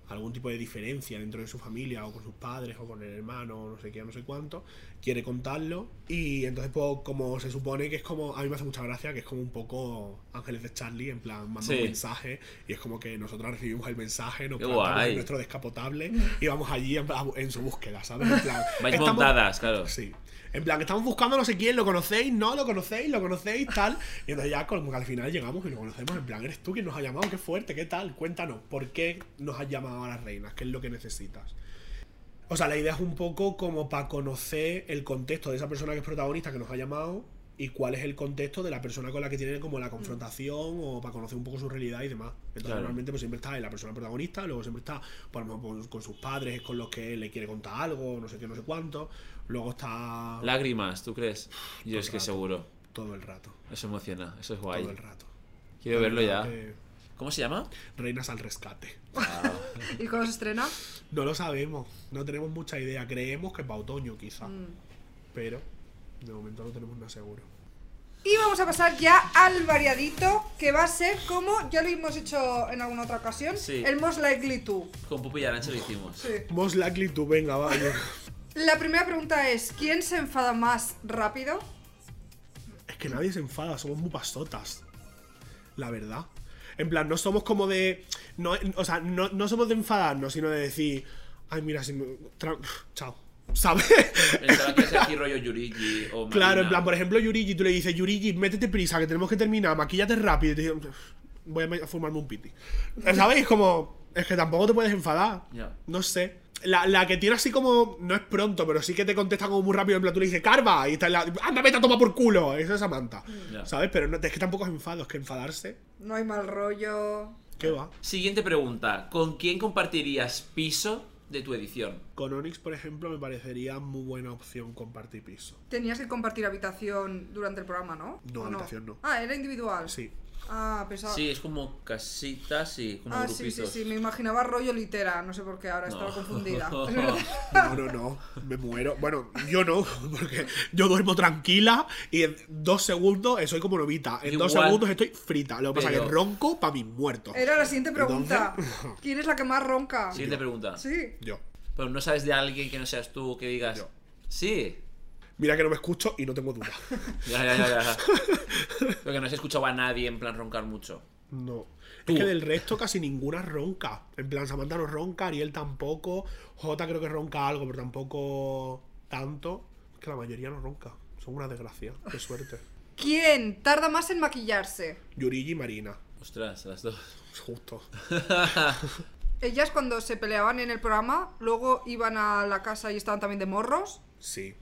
Speaker 4: algún tipo de diferencia dentro de su familia o con sus padres o con el hermano o no sé qué, no sé cuánto, quiere contarlo y entonces pues como se supone que es como, a mí me hace mucha gracia que es como un poco Ángeles de Charlie, en plan, manda un
Speaker 2: Sí.
Speaker 4: mensaje y es como que nosotras recibimos el mensaje, nos
Speaker 2: Qué
Speaker 4: plantamos en
Speaker 2: guay.
Speaker 4: nuestro descapotable y vamos allí en, plan- en su búsqueda, ¿sabes? En plan,
Speaker 2: Vais
Speaker 4: estamos-
Speaker 2: montadas, claro.
Speaker 4: Sí. En plan, estamos buscando no sé quién, lo conocéis, no, lo conocéis, lo conocéis, tal. Y entonces ya como que al final llegamos y lo conocemos, en plan, eres tú quien nos ha llamado, qué fuerte, qué tal, cuéntanos, ¿por qué nos has llamado a las reinas? ¿Qué es lo que necesitas? O sea, la idea es un poco como para conocer el contexto de esa persona que es protagonista que nos ha llamado y cuál es el contexto de la persona con la que tiene como la confrontación o para conocer un poco su realidad y demás. Entonces,
Speaker 2: Claro.
Speaker 4: normalmente pues siempre está ahí la persona protagonista, luego siempre está por lo mejor, con, con sus padres, con los que le quiere contar algo, no sé qué, no sé cuánto. Luego está
Speaker 2: Lágrimas, ¿tú crees? Yo
Speaker 4: Todo
Speaker 2: es que
Speaker 4: el rato.
Speaker 2: seguro.
Speaker 4: todo el rato,
Speaker 2: Eso emociona, eso es
Speaker 4: todo
Speaker 2: guay.
Speaker 4: el rato.
Speaker 2: Quiero verlo ya.
Speaker 4: Eh,
Speaker 2: ¿Cómo se llama?
Speaker 4: Reinas al rescate.
Speaker 3: ¿Y cuándo se estrena?
Speaker 4: No lo sabemos, no tenemos mucha idea. Creemos que para otoño quizá, pero de momento no tenemos nada seguro.
Speaker 3: Y vamos a pasar ya al variadito, que va a ser como ya lo hemos hecho en alguna otra ocasión,
Speaker 2: Sí.
Speaker 3: el Most Likely To.
Speaker 2: Con Pupi y Arancha lo hicimos.
Speaker 3: Sí.
Speaker 4: Most likely tú, venga, vaya.
Speaker 3: La primera pregunta es, ¿quién se enfada más rápido?
Speaker 4: Es que nadie se enfada, somos muy pasotas. La verdad. En plan, no somos como de. No, o sea, no, no somos de enfadarnos, sino de decir. Ay, mira, si me. tra- Chao. ¿Sabes?
Speaker 2: Pensaba que era aquí rollo Yurigi o Marina.
Speaker 4: claro, en plan, por ejemplo, Yurigi, tú le dices, Yurigi, métete prisa, que tenemos que terminar, maquillate rápido. Y te digo, voy a ma- a formarme un piti. ¿Sabéis? Como. Es que tampoco te puedes enfadar.
Speaker 2: Ya.
Speaker 4: No sé. La, la que tiene así como. No es pronto, pero sí que te contesta como muy rápido. En plan, tú le dices, Carva. Y está en la. Anda, vete a tomar por culo. Eso es Samantha.
Speaker 2: Ya.
Speaker 4: ¿Sabes? Pero no, es que tampoco es enfado, es que enfadarse.
Speaker 3: No hay mal rollo.
Speaker 4: ¿Qué va?
Speaker 2: Siguiente pregunta. ¿Con quién compartirías piso de tu edición?
Speaker 4: Con Onyx, por ejemplo, me parecería muy buena opción compartir piso.
Speaker 3: Tenías que compartir habitación durante el programa, ¿no?
Speaker 4: No,
Speaker 3: ¿O
Speaker 4: habitación no.
Speaker 3: Ah, era individual.
Speaker 4: Sí.
Speaker 3: Ah, pensaba...
Speaker 2: Sí, es como casitas y como
Speaker 3: Ah, sí,
Speaker 2: grupitos.
Speaker 3: sí, sí, me imaginaba rollo litera, no sé por qué, ahora estaba
Speaker 2: No.
Speaker 3: confundida. Es verdad.
Speaker 4: No, no, no. Me muero. Bueno, yo no, porque yo duermo tranquila y en dos segundos soy como novita. En dos
Speaker 2: Igual.
Speaker 4: segundos estoy frita. Lo que pasa es que
Speaker 2: Pero-
Speaker 4: ronco para mis muertos.
Speaker 3: Era la siguiente pregunta. ¿Quién es la que más ronca?
Speaker 2: Siguiente pregunta.
Speaker 3: Sí.
Speaker 4: Yo.
Speaker 2: Pero no sabes de alguien que no seas tú que digas.
Speaker 4: Yo.
Speaker 2: Sí.
Speaker 4: Mira que no me escucho y no tengo duda.
Speaker 2: Ya, ya, ya, ya. Creo que no se escuchaba a nadie en plan roncar mucho.
Speaker 4: No.
Speaker 2: Tú.
Speaker 4: Es que del resto casi ninguna ronca. En plan, Samantha no ronca, Ariel tampoco. Jota creo que ronca algo, pero tampoco tanto. Es que la mayoría no ronca. Son una desgracia. Qué suerte.
Speaker 3: ¿Quién tarda más en maquillarse?
Speaker 4: Yurigi y Marina.
Speaker 2: Ostras, las dos.
Speaker 4: Justo.
Speaker 3: Ellas cuando se peleaban en el programa, luego iban a la casa y estaban también de morros.
Speaker 4: Sí.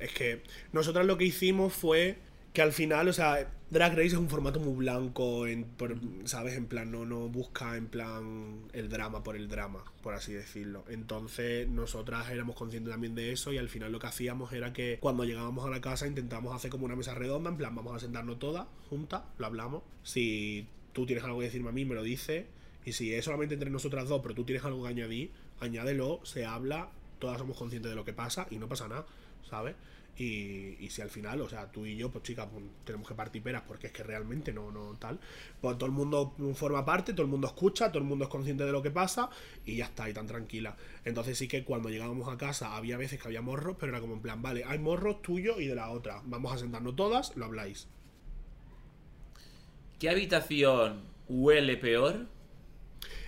Speaker 4: Es que nosotras lo que hicimos fue que al final, o sea, Drag Race es un formato muy blanco, en, por- ¿sabes? En plan, no, no busca en plan el drama por el drama, por así decirlo. Entonces, nosotras éramos conscientes también de eso y al final lo que hacíamos era que cuando llegábamos a la casa intentábamos hacer como una mesa redonda, en plan, vamos a sentarnos todas juntas, lo hablamos. Si tú tienes algo que decirme a mí, me lo dices. Y si es solamente entre nosotras dos, pero tú tienes algo que añadir, añádelo, se habla, todas somos conscientes de lo que pasa y no pasa nada, ¿sabes? Y, y si al final, o sea, tú y yo, pues chicas, pues, tenemos que partir peras porque es que realmente no, no tal, pues todo el mundo forma parte, todo el mundo escucha, todo el mundo es consciente de lo que pasa y ya está, y tan tranquila. Entonces sí que cuando llegábamos a casa había veces que había morros, pero era como en plan, vale, hay morros tuyos y de la otra, vamos a sentarnos todas, lo habláis.
Speaker 2: ¿Qué habitación huele peor?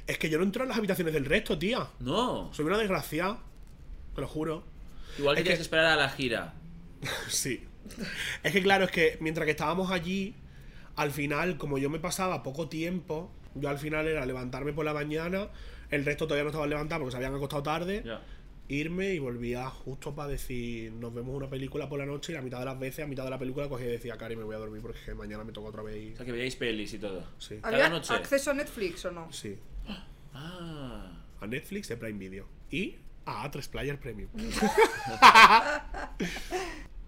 Speaker 4: Es que yo no entro en las habitaciones del resto, tía.
Speaker 2: No.
Speaker 4: Soy una desgraciada, te lo juro.
Speaker 2: Igual que
Speaker 4: Es
Speaker 2: tienes
Speaker 4: que-
Speaker 2: que esperar a la gira.
Speaker 4: Sí. Es que claro, es que mientras que estábamos allí, al final, como yo me pasaba poco tiempo, yo al final era levantarme por la mañana, el resto todavía no estaban levantados porque se habían acostado tarde,
Speaker 2: Ya.
Speaker 4: irme y volvía justo para decir, nos vemos una película por la noche y la mitad de las veces, a mitad de la película cogía y decía, Cari, me voy a dormir porque es que mañana me toca otra vez y...
Speaker 2: O sea, que veáis pelis y todo.
Speaker 4: Sí.
Speaker 2: Cada
Speaker 3: ¿Había
Speaker 2: noche.
Speaker 3: acceso a Netflix o no?
Speaker 4: Sí.
Speaker 2: Ah.
Speaker 4: A Netflix de Prime Video. Y a A3 Player Premium.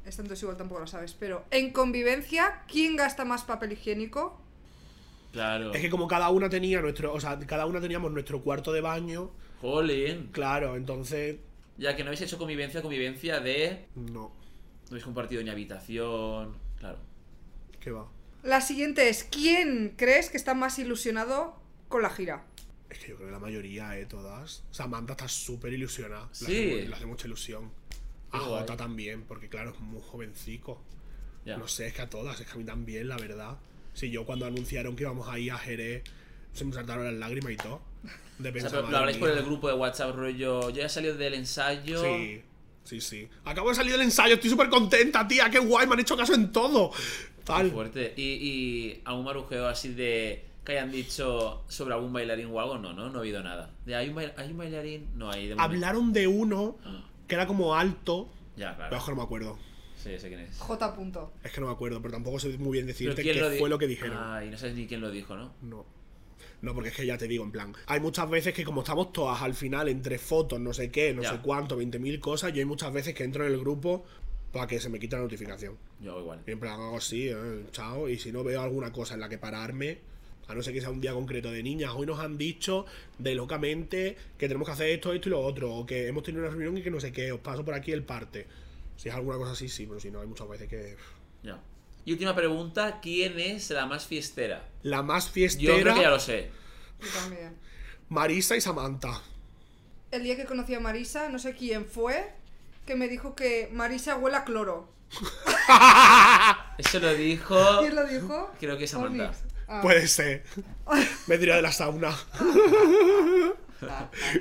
Speaker 3: Esta entonces igual tampoco lo sabes, pero en convivencia, ¿quién gasta más papel higiénico?
Speaker 2: Claro.
Speaker 4: Es que como cada una tenía nuestro, o sea, cada una teníamos nuestro cuarto de baño,
Speaker 2: Jolín.
Speaker 4: claro, entonces...
Speaker 2: Ya que no habéis hecho convivencia, convivencia de.
Speaker 4: No,
Speaker 2: No habéis compartido ni habitación. Claro.
Speaker 4: ¿Qué va?
Speaker 3: La siguiente es, ¿quién crees que está más ilusionado con la gira?
Speaker 4: Es que yo creo que la mayoría, ¿eh? Todas. Samantha está súper ilusionada.
Speaker 2: Sí.
Speaker 4: Le hace, le hace mucha ilusión. A
Speaker 2: Qué guay.
Speaker 4: Jota también, porque claro, es muy jovencico.
Speaker 2: Ya.
Speaker 4: No sé, es que a todas, es que a mí también, la verdad. Si yo cuando anunciaron que íbamos a ir a Jerez, se me saltaron las lágrimas y todo. De
Speaker 2: O sea,
Speaker 4: pensar,
Speaker 2: pero
Speaker 4: madre
Speaker 2: lo habláis por
Speaker 4: mía.
Speaker 2: el grupo de WhatsApp, rollo. Yo ya he salido del ensayo.
Speaker 4: Sí, sí, sí. Acabo de salir del ensayo, estoy súper contenta, tía, qué guay, me han hecho caso en todo.
Speaker 2: Qué
Speaker 4: Tal.
Speaker 2: Fuerte. Y, y a un marujeo así de. Que hayan dicho sobre algún bailarín o algo, no, no, no he oído nada. De, ¿hay, un bail- ¿Hay un bailarín? No, hay de momento.
Speaker 4: Hablaron de uno
Speaker 2: Ah,
Speaker 4: que era como alto.
Speaker 2: Ya,
Speaker 4: Pero es
Speaker 2: claro.
Speaker 4: que no me acuerdo.
Speaker 2: Sí, sé quién es.
Speaker 3: J. Punto.
Speaker 4: Es que no me acuerdo, pero tampoco sé muy bien
Speaker 2: Pero
Speaker 4: decirte
Speaker 2: ¿quién
Speaker 4: qué
Speaker 2: di- Ah.
Speaker 4: fue lo que dijeron.
Speaker 2: Ay, no sabes ni quién lo dijo, ¿no?
Speaker 4: No. No, porque es que ya te digo, en plan, hay muchas veces que como estamos todas al final entre fotos, no sé qué, no
Speaker 2: Ya.
Speaker 4: sé cuánto, 20.000 cosas, yo hay muchas veces que entro en el grupo para que se me quite la notificación.
Speaker 2: Yo hago igual.
Speaker 4: Y en plan, hago así, eh, chao, y si no veo alguna cosa en la que pararme, a no ser que sea un día concreto de niñas, hoy nos han dicho de locamente que tenemos que hacer esto, esto y lo otro, o que hemos tenido una reunión y que no sé qué, os paso por aquí el parte. Si es alguna cosa así, sí, pero si no, hay muchas veces que...
Speaker 2: Ya. Y última pregunta, ¿quién es la más fiestera?
Speaker 4: La
Speaker 2: Yo
Speaker 4: más
Speaker 2: creo que ya
Speaker 4: fiestera,
Speaker 2: lo sé.
Speaker 3: Yo también.
Speaker 4: Marisa y Samantha.
Speaker 3: El día que conocí a Marisa, no sé quién fue, que me dijo que Marisa huele a cloro.
Speaker 2: Eso lo dijo.
Speaker 3: ¿Quién lo dijo?
Speaker 2: Creo que Samantha.
Speaker 3: Onyx. Ah.
Speaker 4: Puede ser. Me tiré de la sauna.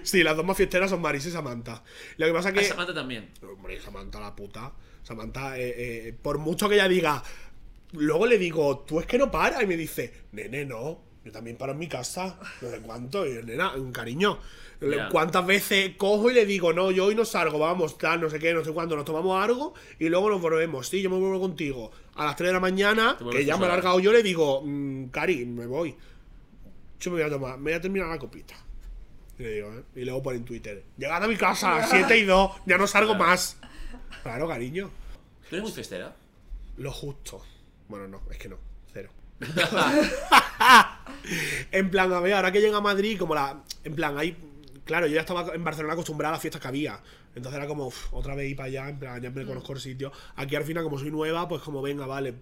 Speaker 4: sí, las dos más fiesteras son Marisa y Samantha. Lo que pasa
Speaker 2: Ah,
Speaker 4: que.
Speaker 2: Samantha también.
Speaker 4: Hombre, Samantha, la puta. Samantha, eh, eh, por mucho que ella diga. Luego le digo, tú es que no para. Y me dice, nene, no. Yo también paro en mi casa. No sé cuánto. Y yo, nena, un cariño. le-
Speaker 2: Ya.
Speaker 4: ¿Cuántas veces cojo y le digo, no, yo hoy no salgo, vamos, tal, no sé qué, no sé cuándo, nos tomamos algo y luego nos volvemos. Sí, yo me vuelvo contigo a las 3 de la mañana,
Speaker 2: Te vuelves
Speaker 4: que ya
Speaker 2: tú
Speaker 4: me he
Speaker 2: sola.
Speaker 4: alargado yo, le digo, "Mm, Cari, me voy. Yo me voy a tomar, me voy a terminar la copita. Y le digo, ¿eh? Y luego pone en Twitter, llegad a mi casa, a las 7 y 2, ya no salgo
Speaker 2: Claro.
Speaker 4: más. Claro, cariño.
Speaker 2: ¿Tú eres muy fiestera?
Speaker 4: Lo justo. Bueno, no, es que no. Cero. en plan, a ver, ahora que llega a Madrid, como la. En plan, ahí. Claro, yo ya estaba en Barcelona acostumbrada a las fiestas que había. Entonces era como, "Uf, otra vez ir para allá, en plan, ya me conozco el sitio. Aquí al final, como soy nueva, pues como, venga, vale,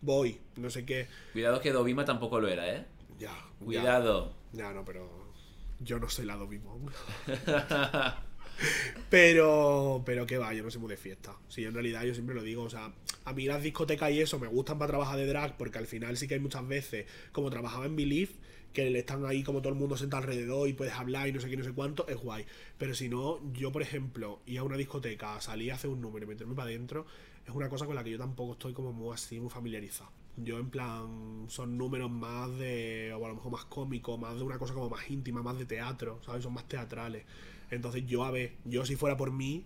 Speaker 4: voy, no sé qué.
Speaker 2: Cuidado que Dovima tampoco lo era, ¿eh?
Speaker 4: Ya. ya.
Speaker 2: Cuidado.
Speaker 4: Ya, no, pero. Yo no soy lado mismo. pero. Pero que va, yo no soy muy de fiesta. Sí, en realidad yo siempre lo digo. O sea, a mí las discotecas y eso me gustan para trabajar de drag, porque al final sí que hay muchas veces, como trabajaba en Believe, que le están ahí como todo el mundo sentado alrededor y puedes hablar y no sé qué, no sé cuánto, es guay. Pero si no, yo por ejemplo, ir a una discoteca, salir a hacer un número y meterme para adentro, es una cosa con la que yo tampoco estoy como muy así, muy familiarizado. Yo en plan, son números más de, o a lo mejor más cómico, más de una cosa como más íntima, más de teatro, ¿sabes? Son más teatrales. Entonces yo, a ver, yo si fuera por mí,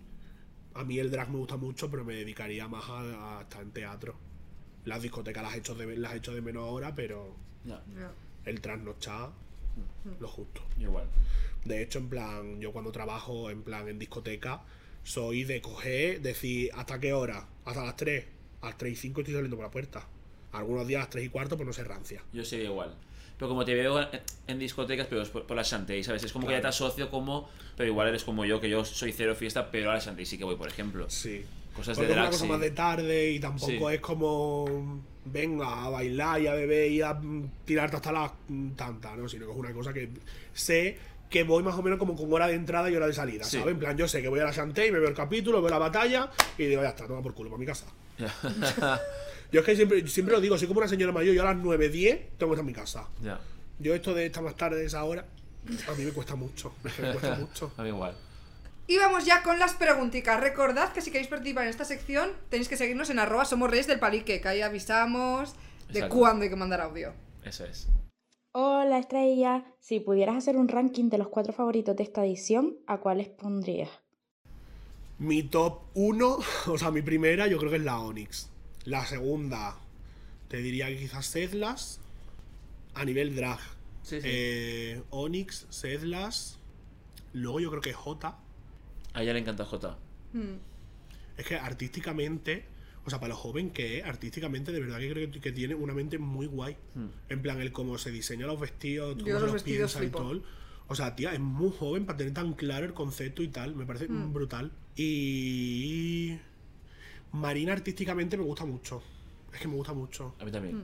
Speaker 4: a mí el drag me gusta mucho, pero me dedicaría más a, a estar en teatro. Las discotecas las he hecho de, las he hecho de menos ahora, pero
Speaker 2: No,
Speaker 3: Ya.
Speaker 4: el trasnochar, lo justo.
Speaker 2: yo igual.
Speaker 4: De hecho, en plan, yo cuando trabajo en plan en discoteca, soy de coger, decir, ¿hasta qué hora? Hasta las 3. A las 3 y 5 estoy saliendo por la puerta. Algunos días a las 3 y cuarto, pues no se rancia.
Speaker 2: Yo sería igual. Pero como te veo en- en discotecas, pero es por, por la Shantay, ¿sabes? Es como que ya te asocio como. Pero igual eres como yo, que yo soy cero fiesta, pero a la Shantay sí que voy, por ejemplo.
Speaker 4: Sí.
Speaker 2: Cosas
Speaker 4: Porque
Speaker 2: de
Speaker 4: es una
Speaker 2: drag,
Speaker 4: cosa
Speaker 2: sí.
Speaker 4: más de tarde y tampoco
Speaker 2: Sí.
Speaker 4: es como venga a bailar y a beber y a mm, tirarte hasta las mm, tantas, ¿no? Sino que es una cosa que sé que voy más o menos como con hora de entrada y hora de salida,
Speaker 2: Sí.
Speaker 4: ¿sabes? En plan, yo sé que voy a la Shanté y me veo el capítulo, veo la batalla y digo, ya está, toma por culo para mi casa. yo es que siempre, siempre lo digo, soy como una señora mayor, yo a las 9, 10 tengo que estar en mi casa.
Speaker 2: Ya.
Speaker 4: Yo esto de esta más tarde, esa hora, a mí me cuesta mucho, me cuesta mucho.
Speaker 2: A mí igual.
Speaker 3: Y vamos ya con las preguntitas. Recordad que si queréis participar en esta sección, tenéis que seguirnos en arroba somos reyes del palique, que ahí avisamos de
Speaker 2: Exacto.
Speaker 3: cuándo hay que mandar audio.
Speaker 2: Eso es.
Speaker 6: Hola estrella, si pudieras hacer un ranking de los cuatro favoritos de esta edición, ¿a cuáles pondrías?
Speaker 4: Mi top 1, o sea, mi primera, yo creo que es la Onyx. La segunda, te diría que quizás Sedlas. A nivel drag.
Speaker 2: Sí, sí.
Speaker 4: Eh, Onyx, Sedlas. Luego yo creo que J.
Speaker 2: A ella le encanta Jota.
Speaker 3: Mm.
Speaker 4: Es que artísticamente, o sea, para lo joven que es, artísticamente de verdad que creo que, que tiene una mente muy guay. En plan, el cómo se diseña los vestidos, cómo
Speaker 3: Yo
Speaker 4: se
Speaker 3: los
Speaker 4: los
Speaker 3: vestidos
Speaker 4: piensa
Speaker 3: flipo.
Speaker 4: y todo. O sea, tía, es muy joven para tener tan claro el concepto y tal. Me parece
Speaker 3: Hmm.
Speaker 4: brutal. Y. Marina artísticamente me gusta mucho. Es que me gusta mucho.
Speaker 2: A mí también.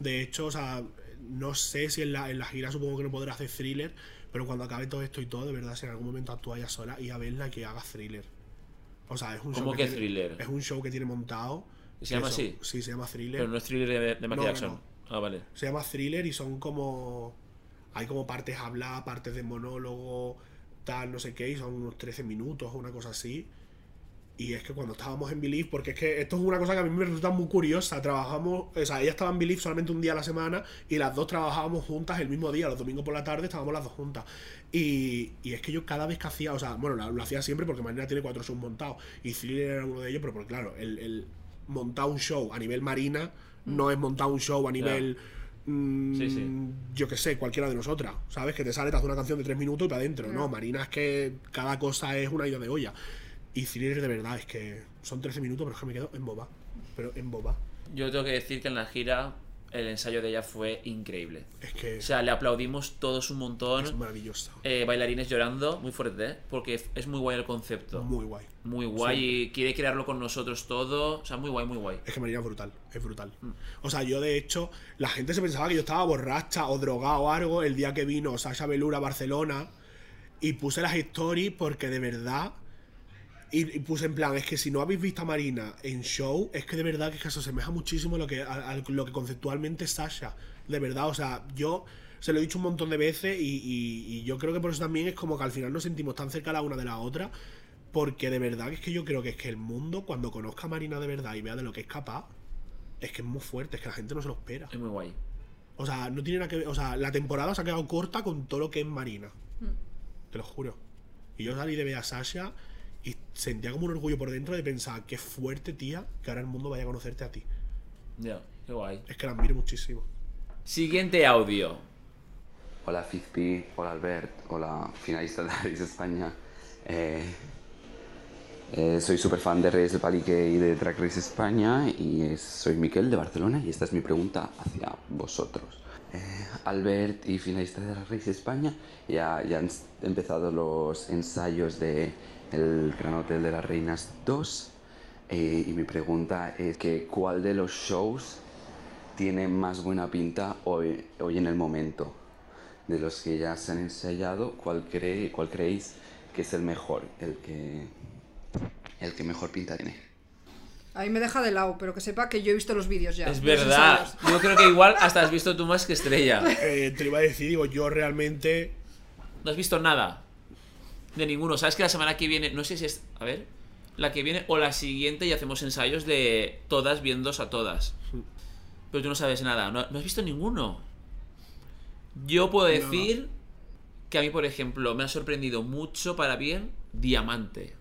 Speaker 4: De hecho, o sea, no sé si en la, en la gira supongo que no podrá hacer thriller, pero cuando acabe todo esto y todo, de verdad, si en algún momento actúa ella sola y a verla que haga thriller. O sea, es un
Speaker 2: ¿Cómo
Speaker 4: show.
Speaker 2: que
Speaker 4: tiene-
Speaker 2: thriller?
Speaker 4: Es un show que tiene montado.
Speaker 2: ¿Se llama
Speaker 4: Eso,
Speaker 2: así?
Speaker 4: Sí, se llama thriller.
Speaker 2: Pero no es thriller de, de Michael
Speaker 4: No, no,
Speaker 2: Jackson. Ah, vale.
Speaker 4: Se llama thriller y son como. Hay como partes habladas, partes de monólogo, tal, no sé qué, y son unos 13 minutos o una cosa así. Y es que cuando estábamos en Believe, porque es que esto es una cosa que a mí me resulta muy curiosa, trabajamos, o sea, ella estaba en Believe solamente un día a la semana y las dos trabajábamos juntas el mismo día, los domingos por la tarde estábamos las dos juntas. Y, y es que yo cada vez que hacía, o sea, bueno, lo, lo hacía siempre porque Marina tiene cuatro submontados y Thriller era uno de ellos, pero porque claro, el, el- montar un show a nivel marina, no es montar un show a nivel. mm,
Speaker 7: Sí, sí.
Speaker 4: Yo que sé, cualquiera de nosotras, ¿sabes? Que te sale, te hace una canción de tres minutos y para adentro. No, Marina es que cada cosa es una ida de olla. Y Ciril, de verdad, es que son 13 minutos, pero es que me quedo en boba. Pero en boba.
Speaker 2: Yo tengo que decir que en la gira el ensayo de ella fue increíble.
Speaker 4: Es que
Speaker 2: O sea, le aplaudimos todos un
Speaker 4: es
Speaker 2: montón.
Speaker 4: maravillosa.
Speaker 2: Eh, bailarines llorando, muy fuerte, ¿eh? porque es- es muy guay el concepto.
Speaker 4: Muy guay.
Speaker 2: Muy guay y quiere crearlo con nosotros todo. O sea, muy guay, muy guay.
Speaker 4: Es que Marina es brutal, es brutal. O sea, yo de hecho, la gente se pensaba que yo estaba borracha o drogado o algo el día que vino Sasha Velura a Barcelona y puse las stories porque de verdad. Y, y puse en plan, es que si no habéis visto a Marina en show, es que de verdad que, es que se asemeja muchísimo a lo que, a- a lo que conceptualmente es Sasha. De verdad, o sea, yo se lo he dicho un montón de veces y, y- y yo creo que por eso también es como que al final nos sentimos tan cerca la una de la otra. Porque de verdad que es que yo creo que es que el mundo, cuando conozca a Marina de verdad y vea de lo que es capaz, es que es muy fuerte, es que la gente no se lo espera.
Speaker 2: Es muy guay.
Speaker 4: O sea, no tiene nada que ver. O sea, la temporada se ha quedado corta con todo lo que es Marina. Te lo juro. Y yo salí de ver a Sasha y sentía como un orgullo por dentro de pensar, qué fuerte tía, que ahora el mundo vaya a conocerte a ti.
Speaker 2: Ya, qué guay.
Speaker 4: Es que la admiro muchísimo.
Speaker 2: Siguiente audio.
Speaker 8: Hola Fizpi, hola Albert, hola finalista de Reyes de España. Eh, eh, soy súper fan de Reyes del Palique y de Drag Race España y eh, soy Miquel de Barcelona y esta es mi pregunta hacia vosotros. Eh, Albert y finalista de Drag Race España, ya, ya han s- empezado los ensayos de El Gran Hotel de las Reinas 2 eh, y mi pregunta es que ¿cuál de los shows tiene más buena pinta hoy, hoy en el momento. De los que ya se han ensayado, ¿cuál, cree, cuál creéis que es el mejor? El que, el que mejor pinta tiene.
Speaker 3: Ahí me deja de lado, pero que sepa que yo he visto los vídeos ya.
Speaker 2: Es
Speaker 3: los
Speaker 2: verdad.
Speaker 3: ensayos.
Speaker 2: Yo creo que igual hasta has visto tú más que estrella.
Speaker 4: Eh, te lo iba a decir, digo, yo realmente.
Speaker 2: No has visto nada. De ninguno. Sabes que la semana que viene, no sé si es. A ver. La que viene o la siguiente y hacemos ensayos de todas viéndose a todas. Pero tú no sabes nada. No, no has visto ninguno. Yo puedo decir que a mí, por ejemplo, me ha sorprendido mucho para bien Diamante.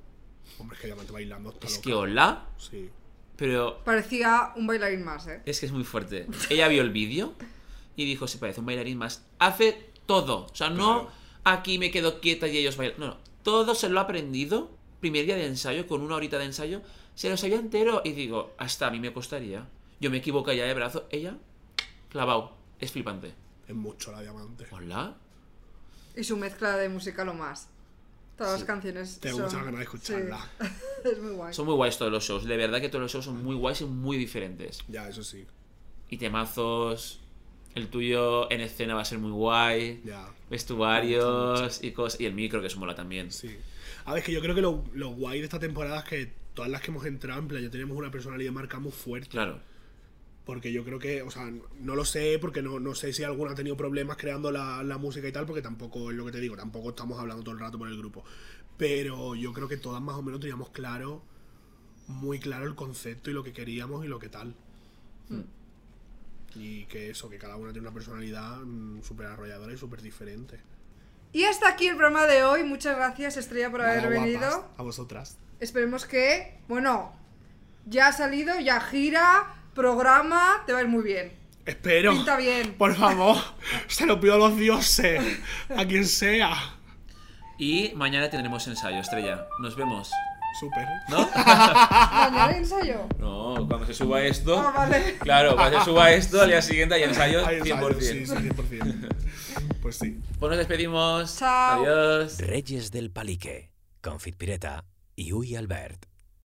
Speaker 4: Hombre, es que Diamante bailando está
Speaker 2: Es
Speaker 4: loca.
Speaker 2: que hola.
Speaker 4: Sí.
Speaker 2: Pero
Speaker 3: Parecía un bailarín más, ¿eh?
Speaker 2: Es que es muy fuerte. Ella vio el vídeo y dijo, se parece un bailarín más. Hace todo. O sea, no aquí me quedo quieta y ellos bailan. No, no. Todo se lo ha aprendido. Primer día de ensayo, con una horita de ensayo. Se lo sabía entero y digo, hasta a mí me costaría. Yo me equivoco ya de brazo. Ella, clavao. Es flipante.
Speaker 4: Es mucho la Diamante.
Speaker 2: Hola.
Speaker 3: Y su mezcla de música lo más. Todas las canciones.
Speaker 4: Tengo
Speaker 3: son-
Speaker 4: muchas ganas de escucharla.
Speaker 3: Sí. es muy guay.
Speaker 2: Son muy guays todos los shows. De verdad que todos los shows son muy guays y muy diferentes.
Speaker 4: Ya, eso sí.
Speaker 2: Y temazos. El tuyo en escena va a ser muy guay.
Speaker 4: Ya.
Speaker 2: vestuarios y cosas. Y el micro que es mola también.
Speaker 4: Sí. A ver, es que yo creo que lo, lo guay de esta temporada es que todas las que hemos entrado, en plan, ya tenemos una personalidad marca muy fuerte.
Speaker 2: Claro.
Speaker 4: Porque yo creo que, o sea, no lo sé, porque no, no sé si alguna ha tenido problemas creando la, la música y tal, porque tampoco es lo que te digo, tampoco estamos hablando todo el rato por el grupo. Pero yo creo que todas más o menos teníamos claro, muy claro el concepto y lo que queríamos y lo que tal.
Speaker 3: Hmm.
Speaker 4: Y que eso, que cada una tiene una personalidad mm, súper arrolladora y súper diferente.
Speaker 3: Y hasta aquí el programa de hoy. Muchas gracias, Estrella, por haber
Speaker 4: Nada, guapas,
Speaker 3: venido.
Speaker 4: A vosotras.
Speaker 3: Esperemos que, bueno, ya ha salido, ya gira, programa, te va a ir muy bien.
Speaker 4: Espero.
Speaker 3: Pinta bien.
Speaker 4: Por favor, se lo pido a los dioses, a quien sea.
Speaker 2: Y mañana tendremos ensayo, estrella. Nos vemos.
Speaker 4: Súper.
Speaker 2: ¿No?
Speaker 3: Mañana hay Pues ensayo.
Speaker 2: No, cuando se suba esto.
Speaker 3: Ah, vale.
Speaker 2: Claro, cuando se suba esto, al día siguiente hay ensayo
Speaker 4: Ahí está,
Speaker 2: 100%.
Speaker 4: Sí, sí, 100%. Pues sí.
Speaker 2: Pues nos despedimos.
Speaker 3: Chao.
Speaker 2: Adiós.
Speaker 5: Reyes del Palique, Confit Pireta y Uy Albert.